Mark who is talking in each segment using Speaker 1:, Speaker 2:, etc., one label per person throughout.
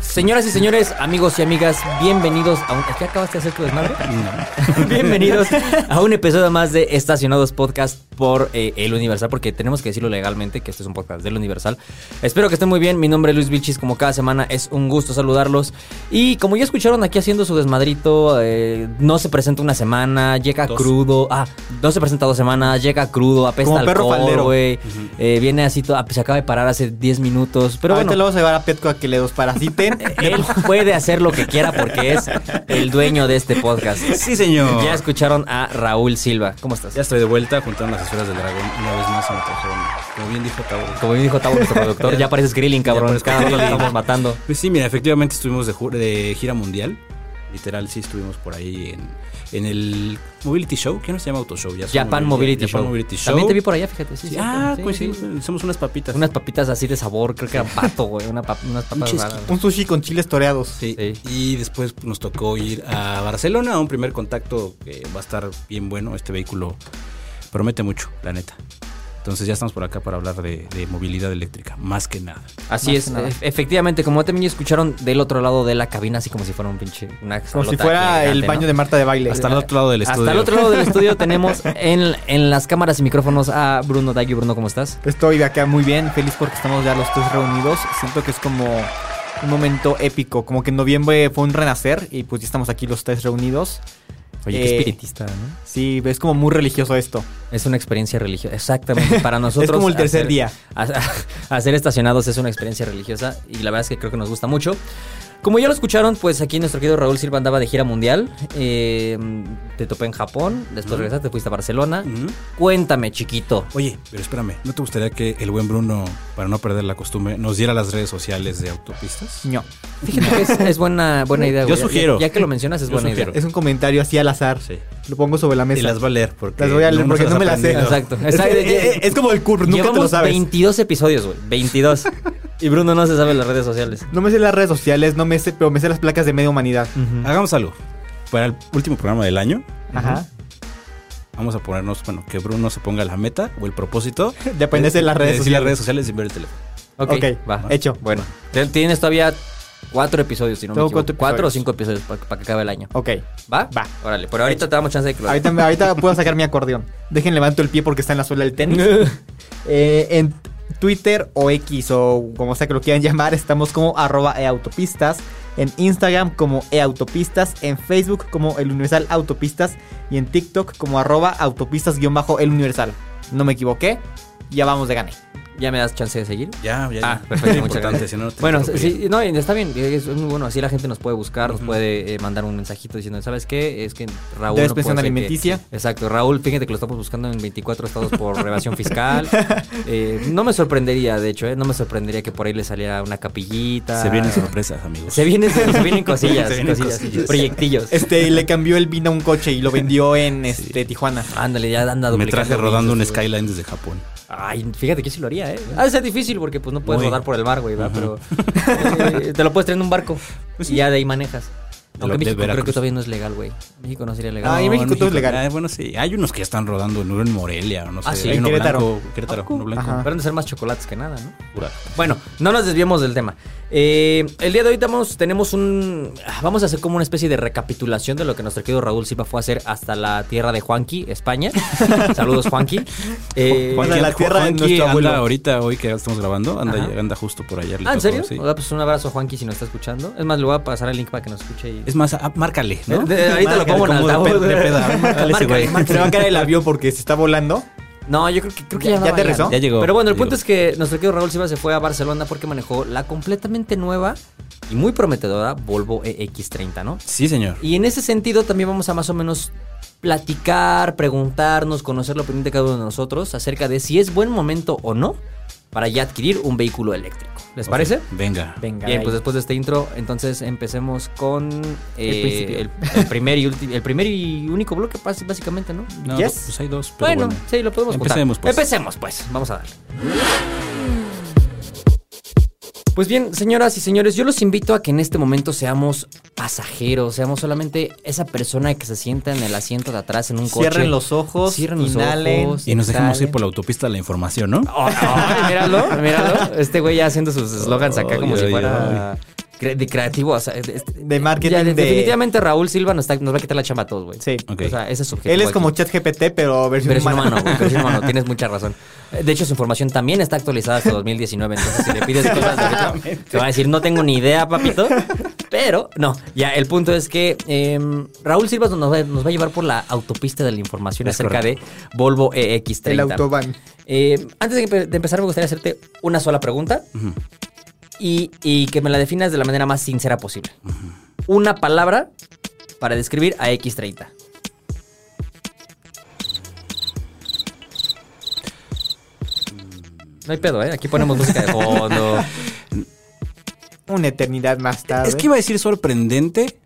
Speaker 1: Señoras y señores, amigos y amigas, bienvenidos a un... ¿Qué acabaste de hacer tu desmadre? bienvenidos a un episodio más de Estacionados Podcast por eh, El Universal, porque tenemos que decirlo legalmente que este es un podcast del Universal. Espero que estén muy bien, mi nombre es Luis Vilchis, como cada semana es un gusto saludarlos. Y como ya escucharon aquí haciendo su desmadrito, eh, no se presenta una semana, llega
Speaker 2: Dos.
Speaker 1: crudo, ah, no se presenta dos semanas, llega crudo, apesta
Speaker 3: Como perro
Speaker 1: alcohol,
Speaker 3: faldero.
Speaker 1: güey, Eh, viene así, to- se acaba de parar hace 10 minutos, pero
Speaker 3: Ahorita
Speaker 1: bueno.
Speaker 3: Ah, lo vamos a llevar a Petco a que le dos parasiten.
Speaker 1: Él puede hacer lo que quiera porque es el dueño de este podcast.
Speaker 4: Sí, señor.
Speaker 1: Ya escucharon a Raúl Silva. ¿Cómo estás?
Speaker 4: Ya estoy de vuelta juntando las esferas del dragón. Una vez más se me trajeron. Como bien dijo Tauro.
Speaker 1: Como bien dijo Tavo, nuestro productor, ya pareces Krillin, cabrón.
Speaker 4: pareces
Speaker 1: Cada vez lo
Speaker 4: Krillin.
Speaker 1: estamos matando.
Speaker 4: Pues sí, mira, efectivamente estuvimos de, ju- de gira mundial. Literal, sí estuvimos por ahí en, en el Mobility Show. ¿Qué no se llama Auto Show? Ya son
Speaker 1: Japan Mobility,
Speaker 4: Japan
Speaker 1: Show.
Speaker 4: Mobility Show.
Speaker 1: También te vi por allá, fíjate. Sí,
Speaker 4: Sí,
Speaker 1: cierto.
Speaker 4: ah,
Speaker 1: Sí, pues.
Speaker 4: coincidimos.
Speaker 1: sí.
Speaker 4: Somos unas papitas.
Speaker 1: Unas papitas así de sabor, creo que era pato, güey. Una pap- unas papas
Speaker 4: chisquito.
Speaker 1: raras.
Speaker 3: Un sushi con chiles toreados.
Speaker 4: Sí.
Speaker 1: Sí.
Speaker 4: Y después nos tocó ir a Barcelona a un primer contacto que va a estar bien bueno. Este vehículo promete mucho, la neta. Entonces ya estamos por acá para hablar de, de movilidad eléctrica, más que nada.
Speaker 1: Así
Speaker 3: Más
Speaker 1: es,
Speaker 3: que nada.
Speaker 1: e- efectivamente, como también ya escucharon del otro lado de la cabina, así como si fuera un pinche. Una
Speaker 3: Como si
Speaker 1: salota
Speaker 3: fuera el
Speaker 1: gigante,
Speaker 3: baño
Speaker 1: ¿no?
Speaker 3: de Marta de baile.
Speaker 4: Hasta el otro lado del estudio.
Speaker 1: Hasta el otro lado del estudio tenemos en, en las cámaras y micrófonos a Bruno Dagui. Bruno, ¿cómo estás?
Speaker 3: Estoy de acá muy bien, feliz porque estamos ya los tres reunidos. Siento que es como un momento épico, como que en noviembre fue un renacer y pues ya estamos aquí los tres reunidos.
Speaker 1: Oye, qué
Speaker 3: Eh,
Speaker 1: espiritista, ¿no?
Speaker 3: Sí, es como muy religioso esto.
Speaker 1: Es una experiencia religiosa. Exactamente. Para nosotros.
Speaker 3: es como el tercer
Speaker 1: hacer-
Speaker 3: día.
Speaker 1: ha- Hacer estacionados es una experiencia religiosa y la verdad es que creo que nos gusta mucho. Como ya lo escucharon, pues aquí nuestro querido Raúl Silva andaba de gira mundial. Eh, te topé en Japón, después regresaste, fuiste a Barcelona.
Speaker 4: Ujú.
Speaker 1: Cuéntame, chiquito.
Speaker 4: Oye, pero espérame, ¿no te gustaría que el buen Bruno, para no perder la costumbre, nos diera las redes sociales de autopistas?
Speaker 3: No.
Speaker 1: Fíjate que es, es buena, buena idea.
Speaker 4: Yo
Speaker 1: güey. Ya-
Speaker 4: sugiero.
Speaker 1: Ya, que lo mencionas, es
Speaker 4: Yo
Speaker 1: buena
Speaker 4: sugiero.
Speaker 3: Es un comentario así al azar.
Speaker 4: Sí.
Speaker 3: Lo pongo sobre la mesa.
Speaker 4: Y las va a leer porque
Speaker 3: Las voy a leer porque
Speaker 4: nos
Speaker 3: no me las sé.
Speaker 1: idea.
Speaker 4: aprendimos.
Speaker 1: Exacto.
Speaker 3: Es,
Speaker 1: exacto.
Speaker 3: es- es como el curve, nunca te lo
Speaker 1: Llevamos
Speaker 3: sabes.
Speaker 1: 22 episodios, güey. 22. y Bruno no se sabe las redes sociales.
Speaker 3: No me sé las redes sociales, no me sé, pero me sé las placas de media humanidad.
Speaker 4: Hagamos algo. Para el último programa del año,
Speaker 3: Ajá.
Speaker 4: vamos a ponernos, bueno, que Bruno se ponga la meta o el propósito.
Speaker 3: Dependes de
Speaker 1: Eh,
Speaker 3: las redes
Speaker 4: decir las
Speaker 3: sociales.
Speaker 4: redes sociales sin ver el teléfono.
Speaker 1: Ok,
Speaker 3: Ok,
Speaker 1: va.
Speaker 3: Hecho.
Speaker 1: Bueno, te- tienes todavía cuatro episodios, si no me
Speaker 3: Tengo
Speaker 1: equivoco.
Speaker 3: cuatro
Speaker 1: Cuatro o
Speaker 3: episodios.
Speaker 1: cinco episodios para que acabe el año.
Speaker 3: Ok.
Speaker 1: ¿Va?
Speaker 3: Va.
Speaker 1: Órale, pero ahorita te damos chance de que lo
Speaker 3: Ahorita, ahorita puedo sacar mi acordeón. Dejen levanto el pie porque está en la suela del tenis. Eh, en Twitter o X o como sea que lo quieran llamar, estamos como arroba eautopistas. En Instagram como eautopistas. En Facebook como el Universal Autopistas. Y en TikTok como arroba autopistas-el Universal. No me equivoqué. Ya vamos de gane.
Speaker 1: ¿Ya me das chance de seguir?
Speaker 4: Ya, ya.
Speaker 1: Ah,
Speaker 4: ya.
Speaker 1: perfecto,
Speaker 4: Es
Speaker 1: muchas
Speaker 4: importante,
Speaker 1: gracias.
Speaker 4: si no, no te
Speaker 1: Bueno,
Speaker 4: interrumpiría.
Speaker 1: sí, no, y está bien, es muy bueno. Así la gente nos puede buscar, nos puede eh, mandar un mensajito diciendo, ¿sabes qué? Es que Raúl.
Speaker 3: Debes
Speaker 1: no
Speaker 3: pensión
Speaker 1: puede ser que-".
Speaker 3: alimenticia.
Speaker 1: Exacto, Raúl, fíjate que lo estamos buscando en 24 estados por evasión fiscal. Eh, no me sorprendería, de hecho, ¿eh? no me sorprendería que por ahí le saliera una capillita.
Speaker 4: Se vienen sorpresas, amigos.
Speaker 1: ah, Se vienen, se vienen cosillas,
Speaker 4: Se vienen
Speaker 1: cosillas,
Speaker 4: cosillas.
Speaker 1: proyectillos.
Speaker 3: Este, le cambió el vino a un coche y lo vendió en este, Tijuana.
Speaker 1: Ándale, ya anda
Speaker 4: Me traje
Speaker 1: duplicando
Speaker 4: rodando un
Speaker 1: visos, güey.
Speaker 4: Skyline desde Japón.
Speaker 1: Ay, fíjate que sí lo haría, ¿eh? Ha de ser difícil porque pues no puedes
Speaker 4: Muy.
Speaker 1: rodar por el mar, güey, ¿verdad? Pero eh, te lo puedes traer en un barco y ya de ahí manejas.
Speaker 4: Pues De
Speaker 1: Aunque
Speaker 4: lo-
Speaker 1: México
Speaker 4: de
Speaker 1: creo que
Speaker 4: Veracruz.
Speaker 1: todavía no es legal, güey. México no sería legal.
Speaker 3: Ah, y
Speaker 1: No,
Speaker 3: México
Speaker 1: no.
Speaker 3: todo es legal.
Speaker 4: Ah, bueno, sí. Hay unos que ya están rodando en en Morelia, o no sé.
Speaker 1: Ah, sí.
Speaker 4: Hay
Speaker 1: En Ah,
Speaker 4: uno
Speaker 3: Querétaro.
Speaker 4: blanco, Querétaro, uno blanco.
Speaker 3: Ajá.
Speaker 1: Pero han de ser más chocolates que nada, ¿no?
Speaker 4: Pura.
Speaker 1: Bueno, no nos desviemos del tema. Eh, el día de hoy damos- tenemos un... Vamos a hacer como una especie de recapitulación de lo que nuestro querido Raúl Silva fue a hacer hasta la tierra de Juanqui, España. Saludos, Juanqui. Eh,
Speaker 3: Juanqui, la tierra de
Speaker 4: Juanqui
Speaker 3: nuestro
Speaker 4: anda
Speaker 3: abuelo.
Speaker 4: ahorita, hoy que estamos grabando, anda,
Speaker 1: Ajá.
Speaker 4: anda justo por allá. le
Speaker 1: Ah, ¿en
Speaker 4: tocó,
Speaker 1: serio?
Speaker 4: sí.
Speaker 1: O sea, pues un abrazo a Juanqui si nos está escuchando. Es más, le voy a pasar el link para que nos escuche. Y...
Speaker 4: Es más, ah, márcale, ¿no?
Speaker 1: De- de- Eh, ahorita lo
Speaker 4: Márcale,
Speaker 1: pongo en
Speaker 4: como de
Speaker 1: altavoz.
Speaker 4: pe- de peda. Márcale ese güey.
Speaker 3: Se va a caer el avión porque se está volando.
Speaker 1: No, yo creo que, creo que ya,
Speaker 3: Ya- ya
Speaker 1: andaba
Speaker 3: aterrizó.
Speaker 1: bailando.
Speaker 4: Ya llegó,
Speaker 1: Pero bueno, el
Speaker 4: ya
Speaker 1: punto
Speaker 4: llegó.
Speaker 1: es que nuestro querido Raúl Silva se fue a Barcelona porque manejó la completamente nueva y muy prometedora Volvo EX30, ¿no?
Speaker 4: Sí, señor.
Speaker 1: Y en ese sentido también vamos a más o menos platicar, preguntarnos, conocer la opinión de cada uno de nosotros acerca de si es buen momento o no para ya adquirir un vehículo eléctrico. ¿Les parece?
Speaker 4: Ok, Venga.
Speaker 3: Venga.
Speaker 1: Bien,
Speaker 3: ahí.
Speaker 1: pues después de este intro, entonces empecemos con eh,
Speaker 3: principio.
Speaker 1: el, el primer y ulti- el primer y único bloque, bas- básicamente, ¿no?
Speaker 4: No,
Speaker 3: Yes.
Speaker 4: pues hay dos, pero
Speaker 1: Bueno,
Speaker 4: bueno.
Speaker 1: sí, lo podemos juntar. pues.
Speaker 4: Empecemos, pues.
Speaker 1: Empecemos, pues. Vamos a darle. Pues bien, señoras y señores, yo los invito a que en este momento seamos pasajeros, seamos solamente esa persona que se sienta en el asiento de atrás en un coche.
Speaker 3: Cierren los ojos,
Speaker 1: Cierren los
Speaker 3: inhalen.
Speaker 1: ojos.
Speaker 4: Y nos dejamos
Speaker 3: Salen.
Speaker 4: ir por la autopista de la información, ¿no?
Speaker 1: Oh, oh, míralo, míralo. Este güey ya haciendo sus eslogans acá como
Speaker 4: Ay,
Speaker 1: si
Speaker 4: ay,
Speaker 1: fuera cre- de creativo. o sea, de, este,
Speaker 3: De marketing
Speaker 1: ya, de-
Speaker 3: de-
Speaker 1: Definitivamente Raúl Silva nos, está- nos va a quitar la chamba a todos, güey.
Speaker 3: Sí.
Speaker 4: Ok.
Speaker 1: O sea, ese es su objetivo.
Speaker 3: Él es
Speaker 1: aquí.
Speaker 3: como ChatGPT, pero versión
Speaker 1: Versión
Speaker 3: humana.
Speaker 1: humano, güey, versión humano, tienes mucha razón. Eh, De hecho, su información también está actualizada hasta 2019, entonces si le pides cosas de ahorita, te va a decir, no tengo ni idea, papito. Pero, no, ya, el punto es que em, Raúl Silva nos va, nos va a llevar por la autopista de la información
Speaker 4: Es
Speaker 1: acerca
Speaker 4: correcto.
Speaker 1: de Volvo E EX30.
Speaker 3: El autobahn.
Speaker 1: Eh, antes de, empe- de empezar, me gustaría hacerte una sola pregunta
Speaker 4: Ujú.
Speaker 1: y, y que me la definas de la manera más sincera posible. Una palabra para describir a X30. No hay pedo, ¿eh? Aquí ponemos música de fondo.
Speaker 3: Una eternidad más tarde.
Speaker 4: Es que iba a decir sorprendente.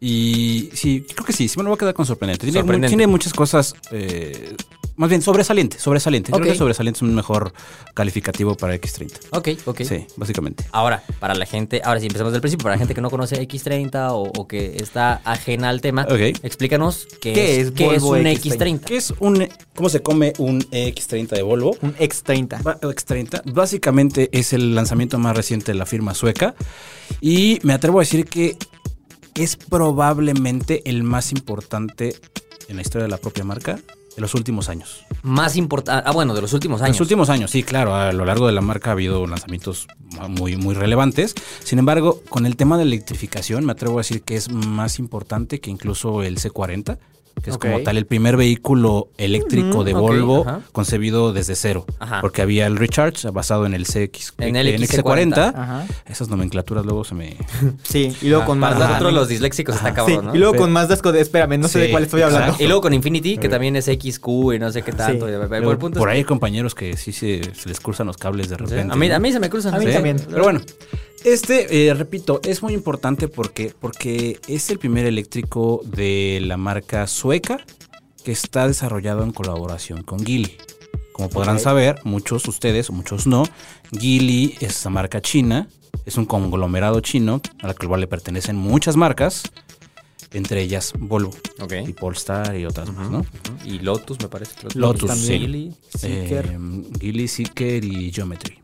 Speaker 4: Y sí, creo que sí, sí me lo voy a quedar con sorprendente. Tiene, mu-
Speaker 1: Sorprendente.
Speaker 4: tiene muchas cosas, eh, más bien sobresaliente, sobresaliente.
Speaker 1: Ok.
Speaker 4: Creo que sobresaliente es un mejor calificativo para X30.
Speaker 1: ok, ok.
Speaker 4: Sí, básicamente.
Speaker 1: Ahora, para la gente, ahora sí, empezamos del principio. Para la gente que no conoce X30 o, o que está ajena al tema,
Speaker 4: Ok.
Speaker 1: explícanos qué,
Speaker 3: ¿Qué
Speaker 1: es,
Speaker 3: es
Speaker 1: qué es
Speaker 3: Volvo
Speaker 1: un
Speaker 3: X30?
Speaker 1: X30.
Speaker 4: ¿Qué es un... ¿Cómo se come un X30 de Volvo?
Speaker 3: Un ex-30.
Speaker 4: Ba- X30. Básicamente es el lanzamiento más reciente de la firma sueca. Y me atrevo a decir que es probablemente el más importante en la historia de la propia marca de los últimos años.
Speaker 1: Más importante. Ah, bueno, de los últimos
Speaker 4: En
Speaker 1: años.
Speaker 4: los últimos años, sí, claro, a lo largo de la marca ha habido lanzamientos muy, muy relevantes. Sin embargo, con el tema de electrificación, me atrevo a decir que es más importante que incluso el C40, que es
Speaker 1: Ok.
Speaker 4: como tal el primer vehículo eléctrico de
Speaker 1: ok,
Speaker 4: Volvo
Speaker 1: ajá.
Speaker 4: concebido desde cero.
Speaker 1: Ajá.
Speaker 4: Porque había el Recharge basado en el CX,
Speaker 1: En el
Speaker 4: XC40.
Speaker 3: Ajá.
Speaker 4: Esas nomenclaturas luego se me.
Speaker 3: Sí, y luego con
Speaker 1: Ah, Para
Speaker 3: Mazda.
Speaker 1: nosotros los disléxicos está
Speaker 3: Sí,
Speaker 1: cabrón, ¿no?
Speaker 3: y luego
Speaker 1: Pero-
Speaker 3: con más dasco de espérame, no sé de
Speaker 4: Sí,
Speaker 3: cuál estoy hablando.
Speaker 1: Y luego con Infinity, que también es XQ y no sé qué tanto.
Speaker 3: Sí.
Speaker 1: y- pero
Speaker 4: Luego,
Speaker 1: el punto
Speaker 4: por
Speaker 1: es
Speaker 4: ahí hay compañeros que sí se, se les cruzan los cables de
Speaker 1: que-
Speaker 4: repente.
Speaker 1: A mí,
Speaker 4: ¿no?
Speaker 1: a mí se me cruzan.
Speaker 3: A mí
Speaker 1: Sí.
Speaker 3: también.
Speaker 4: Pero bueno, este, eh, repito, es muy importante porque, porque es el primer eléctrico de la marca sueca que está desarrollado en colaboración con Geely. Como podrán
Speaker 3: Ok.
Speaker 4: saber, muchos ustedes, muchos no, Geely es una marca china, es un conglomerado chino a la cual le pertenecen muchas marcas, entre ellas Volvo
Speaker 1: Ok.
Speaker 4: y Polestar y otras más, ¿no?
Speaker 1: Y Lotus, me parece. que
Speaker 4: Lotus,
Speaker 1: también.
Speaker 4: sí.
Speaker 1: Geely,
Speaker 3: Seeker.
Speaker 4: Eh, Geely, Seeker y Geometry.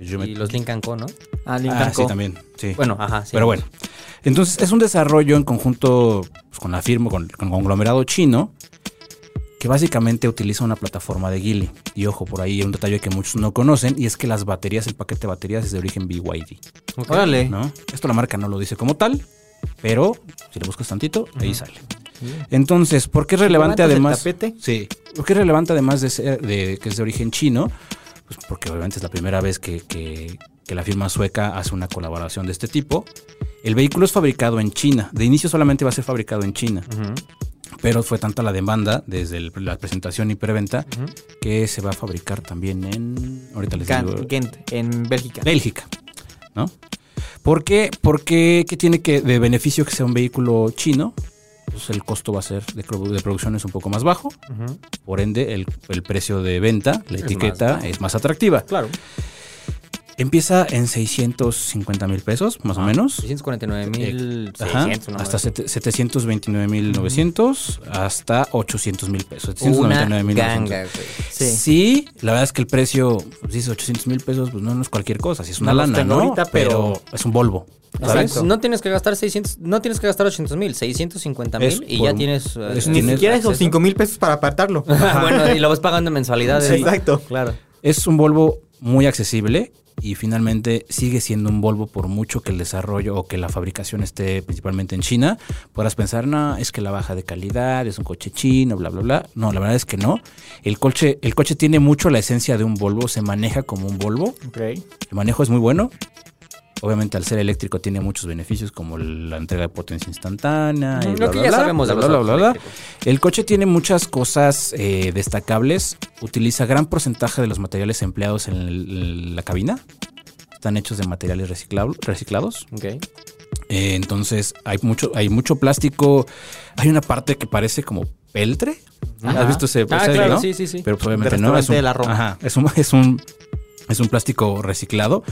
Speaker 1: Y
Speaker 4: Geometry.
Speaker 1: los Lincoln Co, ¿no?
Speaker 3: Ah, Lincoln
Speaker 4: Ah, sí,
Speaker 3: Co.
Speaker 4: también. Sí.
Speaker 1: Bueno, ajá, sí.
Speaker 4: Pero bueno, entonces es un desarrollo en conjunto pues, con la firma, con, con el conglomerado chino, que básicamente utiliza una plataforma de Geely. Y ojo, por ahí hay un detalle que muchos no conocen, y es que las baterías, el paquete de baterías es de origen BYD,
Speaker 1: Ok.
Speaker 3: Órale.
Speaker 4: ¿no? Esto la marca no lo dice como tal, pero si le buscas tantito, ahí sale. Entonces, ¿por qué es relevante
Speaker 3: levantas el
Speaker 4: además?
Speaker 3: tapete?
Speaker 4: Sí. ¿Por qué es relevante además de, ser- de que es de origen chino? Pues porque obviamente es la primera vez que, que- que la firma sueca hace una colaboración de este tipo. El vehículo es fabricado en China. De inicio solamente va a ser fabricado en China.
Speaker 1: Ujú.
Speaker 4: Pero fue tanta la demanda desde el- la presentación y preventa que se va a fabricar también en. Ahorita les digo.
Speaker 3: Gan- Ghent, en Bélgica.
Speaker 4: Bélgica, ¿no? ¿Por qué? Porque ¿qué tiene que de beneficio que sea un vehículo chino? Pues el costo va a ser de, produ- de producción es un poco más bajo,
Speaker 1: Ujú.
Speaker 4: por ende el, el precio de venta, la
Speaker 1: Es
Speaker 4: etiqueta
Speaker 1: más,
Speaker 4: es más atractiva.
Speaker 1: Claro.
Speaker 4: Empieza en 650 mil pesos, más o
Speaker 1: Ah,
Speaker 4: menos.
Speaker 1: 649.600.
Speaker 4: Ajá,
Speaker 1: no
Speaker 4: hasta
Speaker 1: mames.
Speaker 4: 729.900 hasta 800 mil pesos.
Speaker 1: Una
Speaker 4: 799,900.
Speaker 1: ganga, güey.
Speaker 3: Sí.
Speaker 4: Sí. la verdad es que el precio, pues dices 800 mil pesos, pues no, no es cualquier cosa, si es una
Speaker 3: No los
Speaker 4: lana,
Speaker 3: tengo
Speaker 4: ¿no?
Speaker 3: ahorita, pero-
Speaker 4: pero es un Volvo.
Speaker 1: O sea,
Speaker 4: ¿sabes?
Speaker 3: Exacto.
Speaker 1: no tienes que gastar 600, no tienes que gastar 800 mil, 650
Speaker 4: Es
Speaker 1: mil y
Speaker 4: por-
Speaker 1: ya tienes. eh,
Speaker 4: es-
Speaker 3: Ni
Speaker 4: tienes
Speaker 3: siquiera esos
Speaker 1: acceso.
Speaker 3: 5 mil pesos para apartarlo.
Speaker 1: bueno, y lo vas pagando en mensualidades.
Speaker 3: Sí, exacto.
Speaker 1: Claro.
Speaker 4: Es un Volvo muy accesible y finalmente sigue siendo un Volvo por mucho que el desarrollo o que la fabricación esté principalmente en China. Podrás pensar, no, es que la baja de calidad, es un coche chino, bla, bla, bla. No, la verdad es que no. El coche, el coche tiene mucho la esencia de un Volvo, se maneja como un Volvo.
Speaker 3: Ok.
Speaker 4: El manejo es muy bueno. Obviamente al ser eléctrico tiene muchos beneficios como la entrega de potencia instantánea. y
Speaker 1: Lo
Speaker 4: bla,
Speaker 1: Ah, que
Speaker 4: bla,
Speaker 1: ya
Speaker 4: bla,
Speaker 1: sabemos de
Speaker 4: bla,
Speaker 1: los
Speaker 4: bla,
Speaker 1: autos
Speaker 4: bla, bla.
Speaker 1: eléctricos.
Speaker 4: El coche tiene muchas cosas eh, destacables. Utiliza gran porcentaje de los materiales empleados en, el- en la cabina. Están hechos de materiales reciclab- reciclados.
Speaker 1: Ok. Ah,
Speaker 4: Eh, entonces hay mucho, hay mucho plástico. Hay una parte que parece como peltre.
Speaker 3: Ajá.
Speaker 4: ¿Has visto ese
Speaker 1: Ah,
Speaker 4: episodio,
Speaker 1: claro,
Speaker 4: no?
Speaker 1: sí, sí, sí.
Speaker 4: Pero pues, obviamente
Speaker 3: Del
Speaker 4: no. Es
Speaker 3: restaurante
Speaker 4: un,
Speaker 3: de la Roma.
Speaker 4: ajá, es un, es un Es un plástico reciclado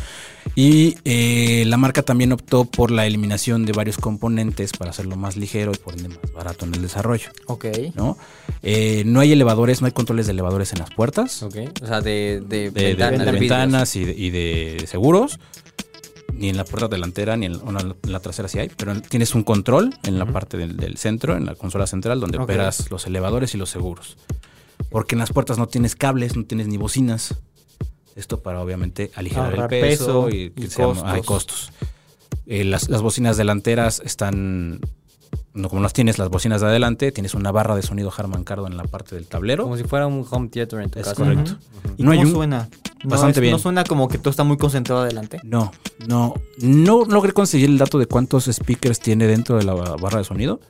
Speaker 4: y eh, la marca también optó por la eliminación de varios componentes para hacerlo más ligero y por ende más barato en el desarrollo.
Speaker 3: Ok.
Speaker 4: ¿no? Eh, no hay elevadores, no hay controles de elevadores en las puertas,
Speaker 1: Ok. O sea, de, de,
Speaker 4: de, de-
Speaker 1: ventana-
Speaker 4: de
Speaker 1: de vidrios.
Speaker 4: ventanas y de, y de seguros, ni en la puerta delantera ni en la, o en la- en la trasera sí hay, pero tienes un control en la parte del, del centro, en la consola central, donde
Speaker 3: Ok.
Speaker 4: operas los elevadores y los seguros. Porque en las puertas no tienes cables, no tienes ni bocinas. Esto para obviamente aligerar el
Speaker 3: Ahorrar
Speaker 4: peso,
Speaker 3: peso
Speaker 4: y, que
Speaker 3: y
Speaker 4: sea-
Speaker 3: costos.
Speaker 4: hay costos. Eh, las, las bocinas delanteras están, no como las tienes, las bocinas de adelante, tienes una barra de sonido Harman Kardon en la parte del tablero.
Speaker 1: Como si fuera un home theater en tu
Speaker 4: Es
Speaker 1: casa.
Speaker 4: correcto.
Speaker 3: ¿Y
Speaker 4: No hay
Speaker 3: cómo
Speaker 4: un-
Speaker 3: suena? No
Speaker 4: Bastante
Speaker 3: es-
Speaker 4: bien.
Speaker 3: No suena como que todo está muy concentrado adelante.
Speaker 4: No, no, no logré conseguir el dato de cuántos speakers tiene dentro de la barra de sonido.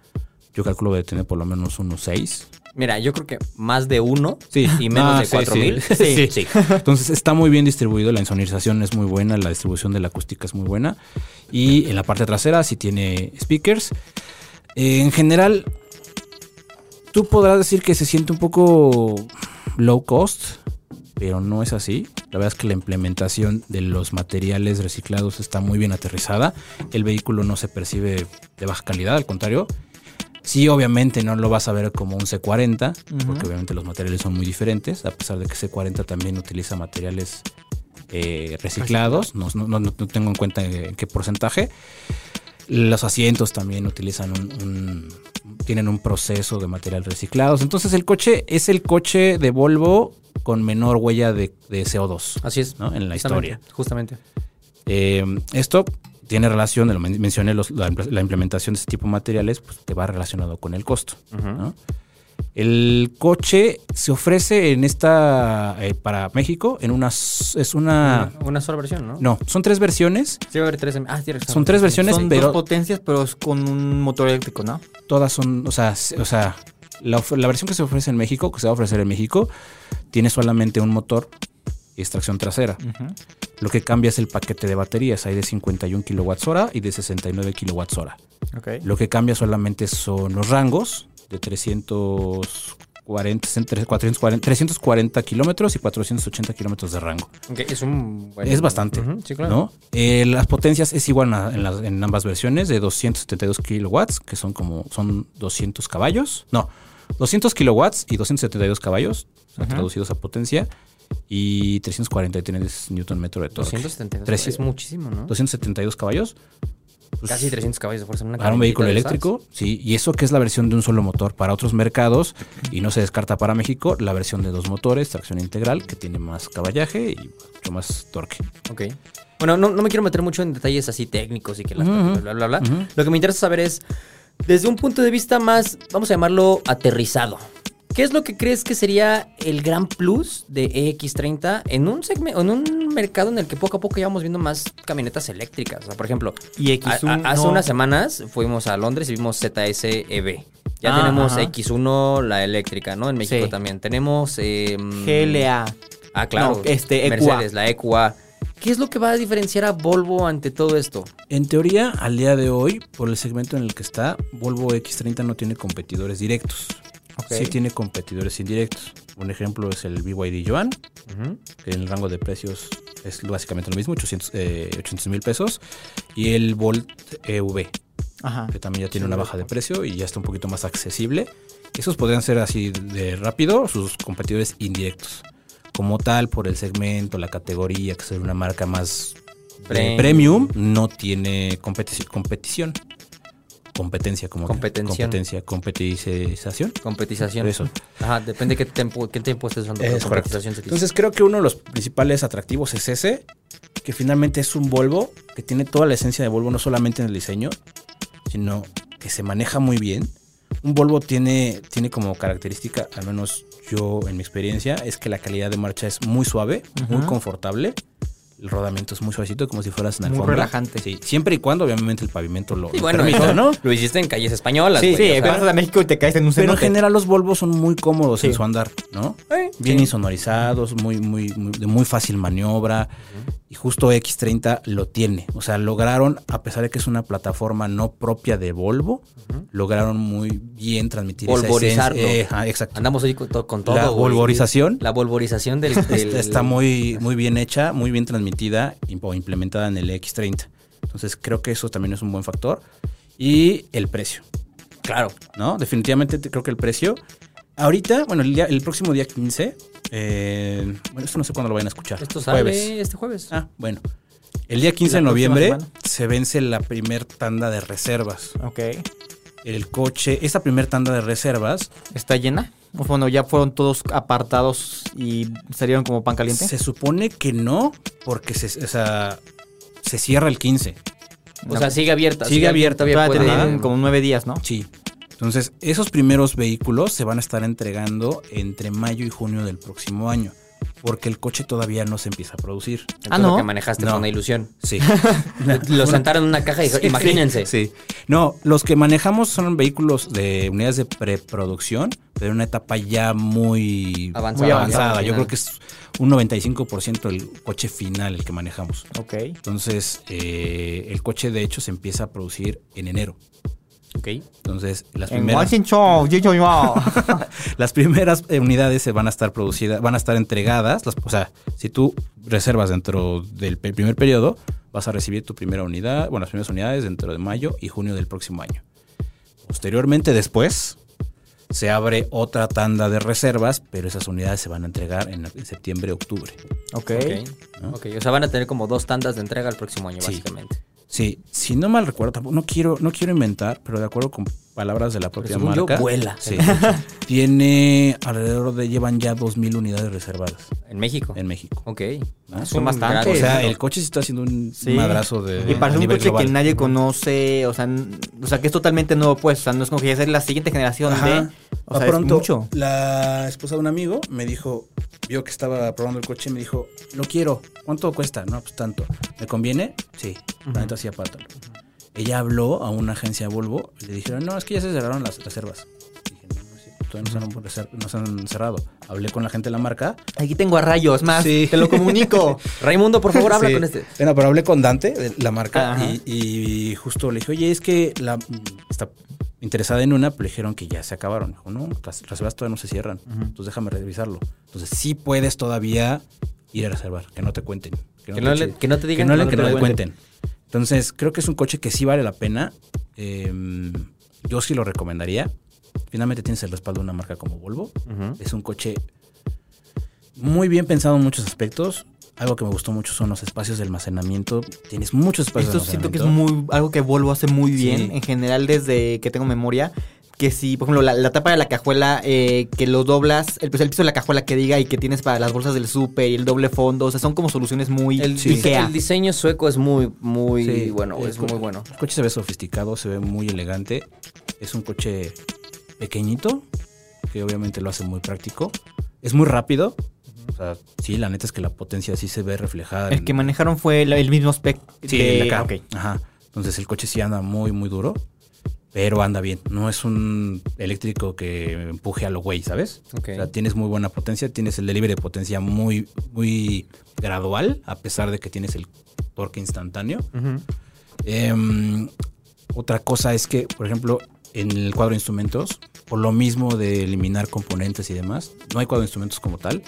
Speaker 4: Yo calculo que debe tener por lo menos unos seis.
Speaker 1: Mira, yo creo que más de uno
Speaker 4: Sí.
Speaker 1: y menos
Speaker 4: Ah,
Speaker 1: de
Speaker 4: sí,
Speaker 1: cuatro
Speaker 4: sí.
Speaker 1: mil.
Speaker 4: Sí.
Speaker 1: sí.
Speaker 4: Entonces está muy bien distribuido, la insonorización es muy buena, la distribución de la acústica es muy buena. Y en la parte trasera sí tiene speakers. Eh, en general, tú podrás decir que se siente un poco low cost, pero no es así. La verdad es que la implementación de los materiales reciclados está muy bien aterrizada. El vehículo no se percibe de baja calidad, al contrario. Sí, obviamente no lo vas a ver como un C40,
Speaker 3: Ujú.
Speaker 4: porque obviamente los materiales son muy diferentes, a pesar de que C40 también utiliza materiales eh, reciclados, no, no- no- no tengo en cuenta en qué porcentaje. Los asientos también utilizan un, un- tienen un proceso de material reciclados. Entonces el coche es el coche de Volvo con menor huella de, de CO2
Speaker 1: Así es.
Speaker 4: ¿no? en la
Speaker 1: Justamente,
Speaker 4: historia.
Speaker 1: Justamente.
Speaker 4: Eh, esto tiene relación, lo men- mencioné, los- la, impl- la implementación de este tipo de materiales pues, te va relacionado con el costo. ¿no? El coche se ofrece en esta eh, para México en una s- es una
Speaker 1: Una, una sola versión, ¿no?
Speaker 4: Ah. no son tres versiones,
Speaker 1: Sí, va a haber tres. en- Ah, sí, tienes razón.
Speaker 4: son tres versiones,
Speaker 3: Son
Speaker 4: pero
Speaker 3: dos potencias, pero es con un motor eléctrico, ¿no?
Speaker 4: todas son, o sea, s- o sea, la, of- la versión que se ofrece en México, que se va a ofrecer en México, tiene solamente un motor y extracción trasera. Lo que cambia es el paquete de baterías, hay de 51 kWh y de 69 kWh.
Speaker 3: Ok.
Speaker 4: Lo que cambia solamente son los rangos de 340, 340, 340 kilómetros y 480 kilómetros de rango.
Speaker 1: Ok, es un. buen-
Speaker 4: es bastante,
Speaker 1: Ujú, sí, claro.
Speaker 4: ¿no? Eh, las potencias es igual a- en, las- en ambas versiones, de 272 kilowatts, que son como, son 200 caballos, no, 200 kilowatts y 272 caballos, o sea, traducidos a potencia, y 343 newton metro de torque.
Speaker 1: 272.
Speaker 4: Tres-
Speaker 1: es muchísimo, ¿no?
Speaker 4: 272 caballos. pues,
Speaker 1: Casi 300 caballos de fuerza. en una
Speaker 4: para un vehículo
Speaker 1: camionetita de esas.
Speaker 4: eléctrico, sí, y eso que es la versión de un solo motor para otros mercados y no se descarta para México la versión de dos motores, tracción integral, que tiene más caballaje y mucho más torque.
Speaker 1: Ok. Bueno, no, no me quiero meter mucho en detalles así técnicos y que las
Speaker 4: Ujú.
Speaker 1: bla, bla, bla.
Speaker 4: Ujú.
Speaker 1: Lo que me interesa saber es, desde un punto de vista más, vamos a llamarlo aterrizado. ¿Qué es lo que crees que sería el gran plus de EX30 en un segmento, en un mercado en el que poco a poco ya vamos viendo más camionetas eléctricas? O sea, por ejemplo,
Speaker 3: Y
Speaker 1: a-
Speaker 3: X1.
Speaker 1: a- hace
Speaker 3: no.
Speaker 1: unas semanas fuimos a Londres y vimos ZSEB. Ya
Speaker 3: Ah,
Speaker 1: tenemos
Speaker 3: ajá.
Speaker 1: X1, la eléctrica, ¿no? En México
Speaker 3: Sí.
Speaker 1: también. Tenemos... eh,
Speaker 3: GLA.
Speaker 1: Ah, claro.
Speaker 3: No, este, EQA.
Speaker 1: Mercedes, la EQA. ¿Qué es lo que va a diferenciar a Volvo ante todo esto?
Speaker 4: En teoría, al día de hoy, por el segmento en el que está, Volvo X30 no tiene competidores directos.
Speaker 3: Ok.
Speaker 4: Sí tiene competidores indirectos. Un ejemplo es el BYD Yuan, que en el rango de precios es básicamente lo mismo, 800 eh, 800 mil pesos, y el Volt E EV,
Speaker 3: Ajá.
Speaker 4: que también ya tiene una baja de precio y ya está un poquito más accesible. Esos podrían ser así de rápido sus competidores indirectos. Como tal, por el segmento, la categoría, que ser una marca más de
Speaker 1: Premium.
Speaker 4: premium, no tiene competici- competición. Competencia, como tal.
Speaker 1: Competención.
Speaker 4: competencia, competitización.
Speaker 1: Competización.
Speaker 4: Eso.
Speaker 1: Ajá, depende qué tiempo, qué tiempo estés usando. pero
Speaker 4: Es correcto.
Speaker 1: competización se dice.
Speaker 4: Entonces creo que uno de los principales atractivos es ese, que finalmente es un Volvo, que tiene toda la esencia de Volvo, no solamente en el diseño, sino que se maneja muy bien. Un Volvo tiene, tiene como característica, al menos yo en mi experiencia, es que la calidad de marcha es muy suave, muy
Speaker 3: Ujú.
Speaker 4: confortable. El rodamiento es muy suavecito, como si fueras una
Speaker 3: Muy
Speaker 4: alfombra.
Speaker 3: relajante.
Speaker 4: Sí, siempre y cuando, obviamente, el pavimento lo,
Speaker 1: Sí,
Speaker 4: lo
Speaker 1: bueno,
Speaker 4: permita,
Speaker 1: eso
Speaker 4: ¿no?
Speaker 1: lo hiciste en calles españolas.
Speaker 3: Sí,
Speaker 1: güey, o
Speaker 3: sí,
Speaker 1: sea,
Speaker 3: vas a México y te caes en un
Speaker 4: Pero en
Speaker 3: cenote.
Speaker 4: general los Volvos son muy cómodos en
Speaker 3: Sí.
Speaker 4: su andar, ¿no?
Speaker 1: eh,
Speaker 4: bien
Speaker 1: sí.
Speaker 4: insonorizados, muy, muy, muy- de muy fácil maniobra. Y justo X30 lo tiene. O sea, lograron, a pesar de que es una plataforma no propia de Volvo, lograron muy bien transmitir esa esencia.
Speaker 1: Volvorizarlo.
Speaker 4: Eh, ajá, exacto.
Speaker 1: Andamos hoy con, to- con todo.
Speaker 4: La
Speaker 1: güey.
Speaker 4: volvorización.
Speaker 1: La volvorización del. del-
Speaker 4: Está, está muy, muy bien hecha, muy bien transmitida im- o implementada en el X30. Entonces creo que eso también es un buen factor. Y el precio,
Speaker 1: Claro.
Speaker 4: ¿no? Definitivamente te- creo que el precio. Ahorita, bueno, el, día- el próximo día 15, eh, bueno, esto no sé cuándo lo vayan a escuchar.
Speaker 1: Esto sale
Speaker 4: Jueves.
Speaker 1: este jueves.
Speaker 4: Ah, bueno. El día 15 de
Speaker 3: ¿La próxima
Speaker 4: noviembre
Speaker 3: semana?
Speaker 4: se vence la primer tanda de reservas.
Speaker 3: Ok.
Speaker 4: El coche, esa primer tanda de reservas
Speaker 3: ¿Está llena? Bueno, ya fueron todos apartados y salieron como pan caliente.
Speaker 4: se supone que no, porque se, o sea, se cierra el 15.
Speaker 1: o sea, sigue abierta.
Speaker 4: Sigue abierta,
Speaker 1: Todavía
Speaker 3: Todavía
Speaker 1: puede-
Speaker 3: tenían como nueve días, ¿no?
Speaker 4: Sí. Entonces, esos primeros vehículos se van a estar entregando entre mayo y junio del próximo año, porque el coche todavía no se empieza a producir.
Speaker 1: Entonces,
Speaker 3: Ah,
Speaker 1: lo
Speaker 3: ¿no?
Speaker 1: que manejaste
Speaker 4: No.
Speaker 1: fue una ilusión.
Speaker 4: Sí.
Speaker 1: Lo sentaron en una caja y dijo, imagínense.
Speaker 4: Sí. No, los que manejamos son vehículos de unidades de preproducción, pero en una etapa ya muy
Speaker 1: Avanzada.
Speaker 4: muy avanzada.
Speaker 1: Final.
Speaker 4: Yo creo que es un 95% el coche final el que manejamos.
Speaker 3: Ok.
Speaker 4: Entonces, eh, el coche de hecho se empieza a producir en enero.
Speaker 1: Ok.
Speaker 4: Entonces, las
Speaker 3: En
Speaker 4: primeras...
Speaker 3: Washington, yo, yo, yo.
Speaker 4: Las primeras eh, unidades se van a estar producidas, van a estar entregadas. las- o sea, si tú reservas dentro del pe- primer periodo, vas a recibir tu primera unidad, bueno, las primeras unidades dentro de mayo y junio del próximo año. Posteriormente, después, se abre otra tanda de reservas, pero esas unidades se van a entregar en, en septiembre, octubre.
Speaker 3: Ok.
Speaker 1: Ok. Ok, O sea, van a tener como dos tandas de entrega el próximo año,
Speaker 4: Sí.
Speaker 1: básicamente.
Speaker 4: Sí, si no mal recuerdo, tampoco- no quiero, no quiero inventar, pero de acuerdo con palabras de la propia
Speaker 1: según yo,
Speaker 4: marca.
Speaker 1: vuela.
Speaker 4: Sí. tiene alrededor de, llevan ya 2.000 unidades reservadas
Speaker 1: En México.
Speaker 4: en México.
Speaker 1: Ok.
Speaker 4: ¿no?
Speaker 1: Es
Speaker 3: Son
Speaker 1: un gran-
Speaker 3: bastantes.
Speaker 4: Ah, O sea,
Speaker 3: Sí.
Speaker 4: el coche sí está haciendo un
Speaker 3: Sí.
Speaker 4: madrazo de.
Speaker 3: Y para
Speaker 4: a
Speaker 3: un
Speaker 4: nivel
Speaker 3: coche
Speaker 4: global.
Speaker 3: que nadie conoce, o sea, n- o sea, que es totalmente nuevo, pues, o sea, no es como que ya sea la siguiente generación de,
Speaker 4: Ajá.
Speaker 3: o
Speaker 4: Va
Speaker 3: sea, es
Speaker 4: pronto,
Speaker 3: mucho.
Speaker 4: la esposa de un amigo me dijo, vio que estaba probando el coche y me dijo, lo quiero, ¿cuánto cuesta? No, pues tanto. ¿Me conviene? Sí, la neta sí apártalo. Ella habló a una agencia Volvo y le dijeron, no, es que ya se cerraron las reservas. Dije, no, no es cierto, todavía no se han por reser- no se han cerrado. Hablé con la gente de la marca.
Speaker 3: Aquí tengo a rayos, más,
Speaker 4: Sí.
Speaker 3: te lo comunico.
Speaker 1: Raimundo, por favor, habla
Speaker 4: Sí.
Speaker 1: con este.
Speaker 4: Bueno, pero hablé con Dante, de la marca,
Speaker 3: Ajá.
Speaker 4: y, y justo le dije, oye, es que la está interesada en una, pero le dijeron que ya se acabaron. Dijo, no, las reservas todavía no se cierran. Entonces déjame revisarlo. Entonces sí puedes todavía ir a reservar, que no te cuenten.
Speaker 1: Que no
Speaker 4: te-
Speaker 1: le- que no te digan,
Speaker 4: Que no, le-
Speaker 1: que no
Speaker 4: que no
Speaker 1: te
Speaker 4: le cuenten. Entonces creo que es un coche que sí vale la pena. Eh, yo sí lo recomendaría. Finalmente tienes el respaldo de una marca como Volvo. Es un coche muy bien pensado en muchos aspectos. Algo que me gustó mucho son los espacios de almacenamiento. Tienes muchos espacios
Speaker 3: Esto
Speaker 4: de
Speaker 3: siento que
Speaker 4: almacenamiento.
Speaker 3: es muy algo que Volvo hace muy bien,
Speaker 4: Sí.
Speaker 3: en general desde que tengo memoria. Que si, por ejemplo, la, la tapa de la cajuela, eh, que lo doblas, el, pues, el piso de la cajuela que diga y que tienes para las bolsas del súper y el doble fondo, o sea, son como soluciones muy
Speaker 1: El,
Speaker 3: sí.
Speaker 1: dise-
Speaker 3: Ikea.
Speaker 1: el diseño sueco es muy, muy
Speaker 4: Sí,
Speaker 1: bueno.
Speaker 4: el
Speaker 1: Es
Speaker 4: co-
Speaker 1: muy bueno.
Speaker 4: El coche se ve sofisticado, se ve muy elegante. Es un coche pequeñito, que obviamente lo hace muy práctico. Es muy rápido. O sea, sí, la neta es que la potencia sí se ve reflejada.
Speaker 3: El
Speaker 4: en-
Speaker 3: que manejaron fue el, el mismo spec
Speaker 4: Sí,
Speaker 3: de-
Speaker 4: la cama.
Speaker 3: ok.
Speaker 4: Ajá. Entonces el coche sí anda muy, muy duro, pero anda bien. No es un eléctrico que empuje a lo güey, ¿sabes?
Speaker 1: Ok.
Speaker 4: O sea, tienes muy buena potencia, tienes el delivery de potencia muy, muy gradual, a pesar de que tienes el torque instantáneo. Em, otra cosa es que, por ejemplo, en el cuadro de instrumentos, por lo mismo de eliminar componentes y demás, no hay cuadro de instrumentos como tal.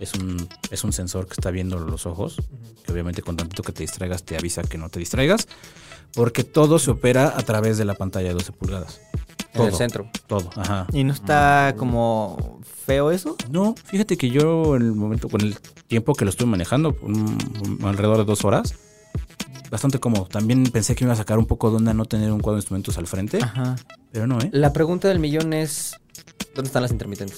Speaker 4: Es un, es un sensor que está viendo los ojos, que obviamente con tanto que te distraigas te avisa que no te distraigas, porque todo se opera a través de la pantalla de 12 pulgadas.
Speaker 1: En el
Speaker 4: Todo,
Speaker 1: centro.
Speaker 4: Todo, ajá.
Speaker 3: ¿Y no está Ah. como feo eso?
Speaker 4: No, fíjate que yo en el momento, con el tiempo que lo estuve manejando, un- un- alrededor de dos horas, bastante cómodo. También pensé que me iba a sacar un poco de onda no tener un cuadro de instrumentos al frente,
Speaker 1: Ah.
Speaker 3: Ajá.
Speaker 4: pero no, ¿eh?
Speaker 1: La pregunta del millón es: ¿dónde están las intermitentes?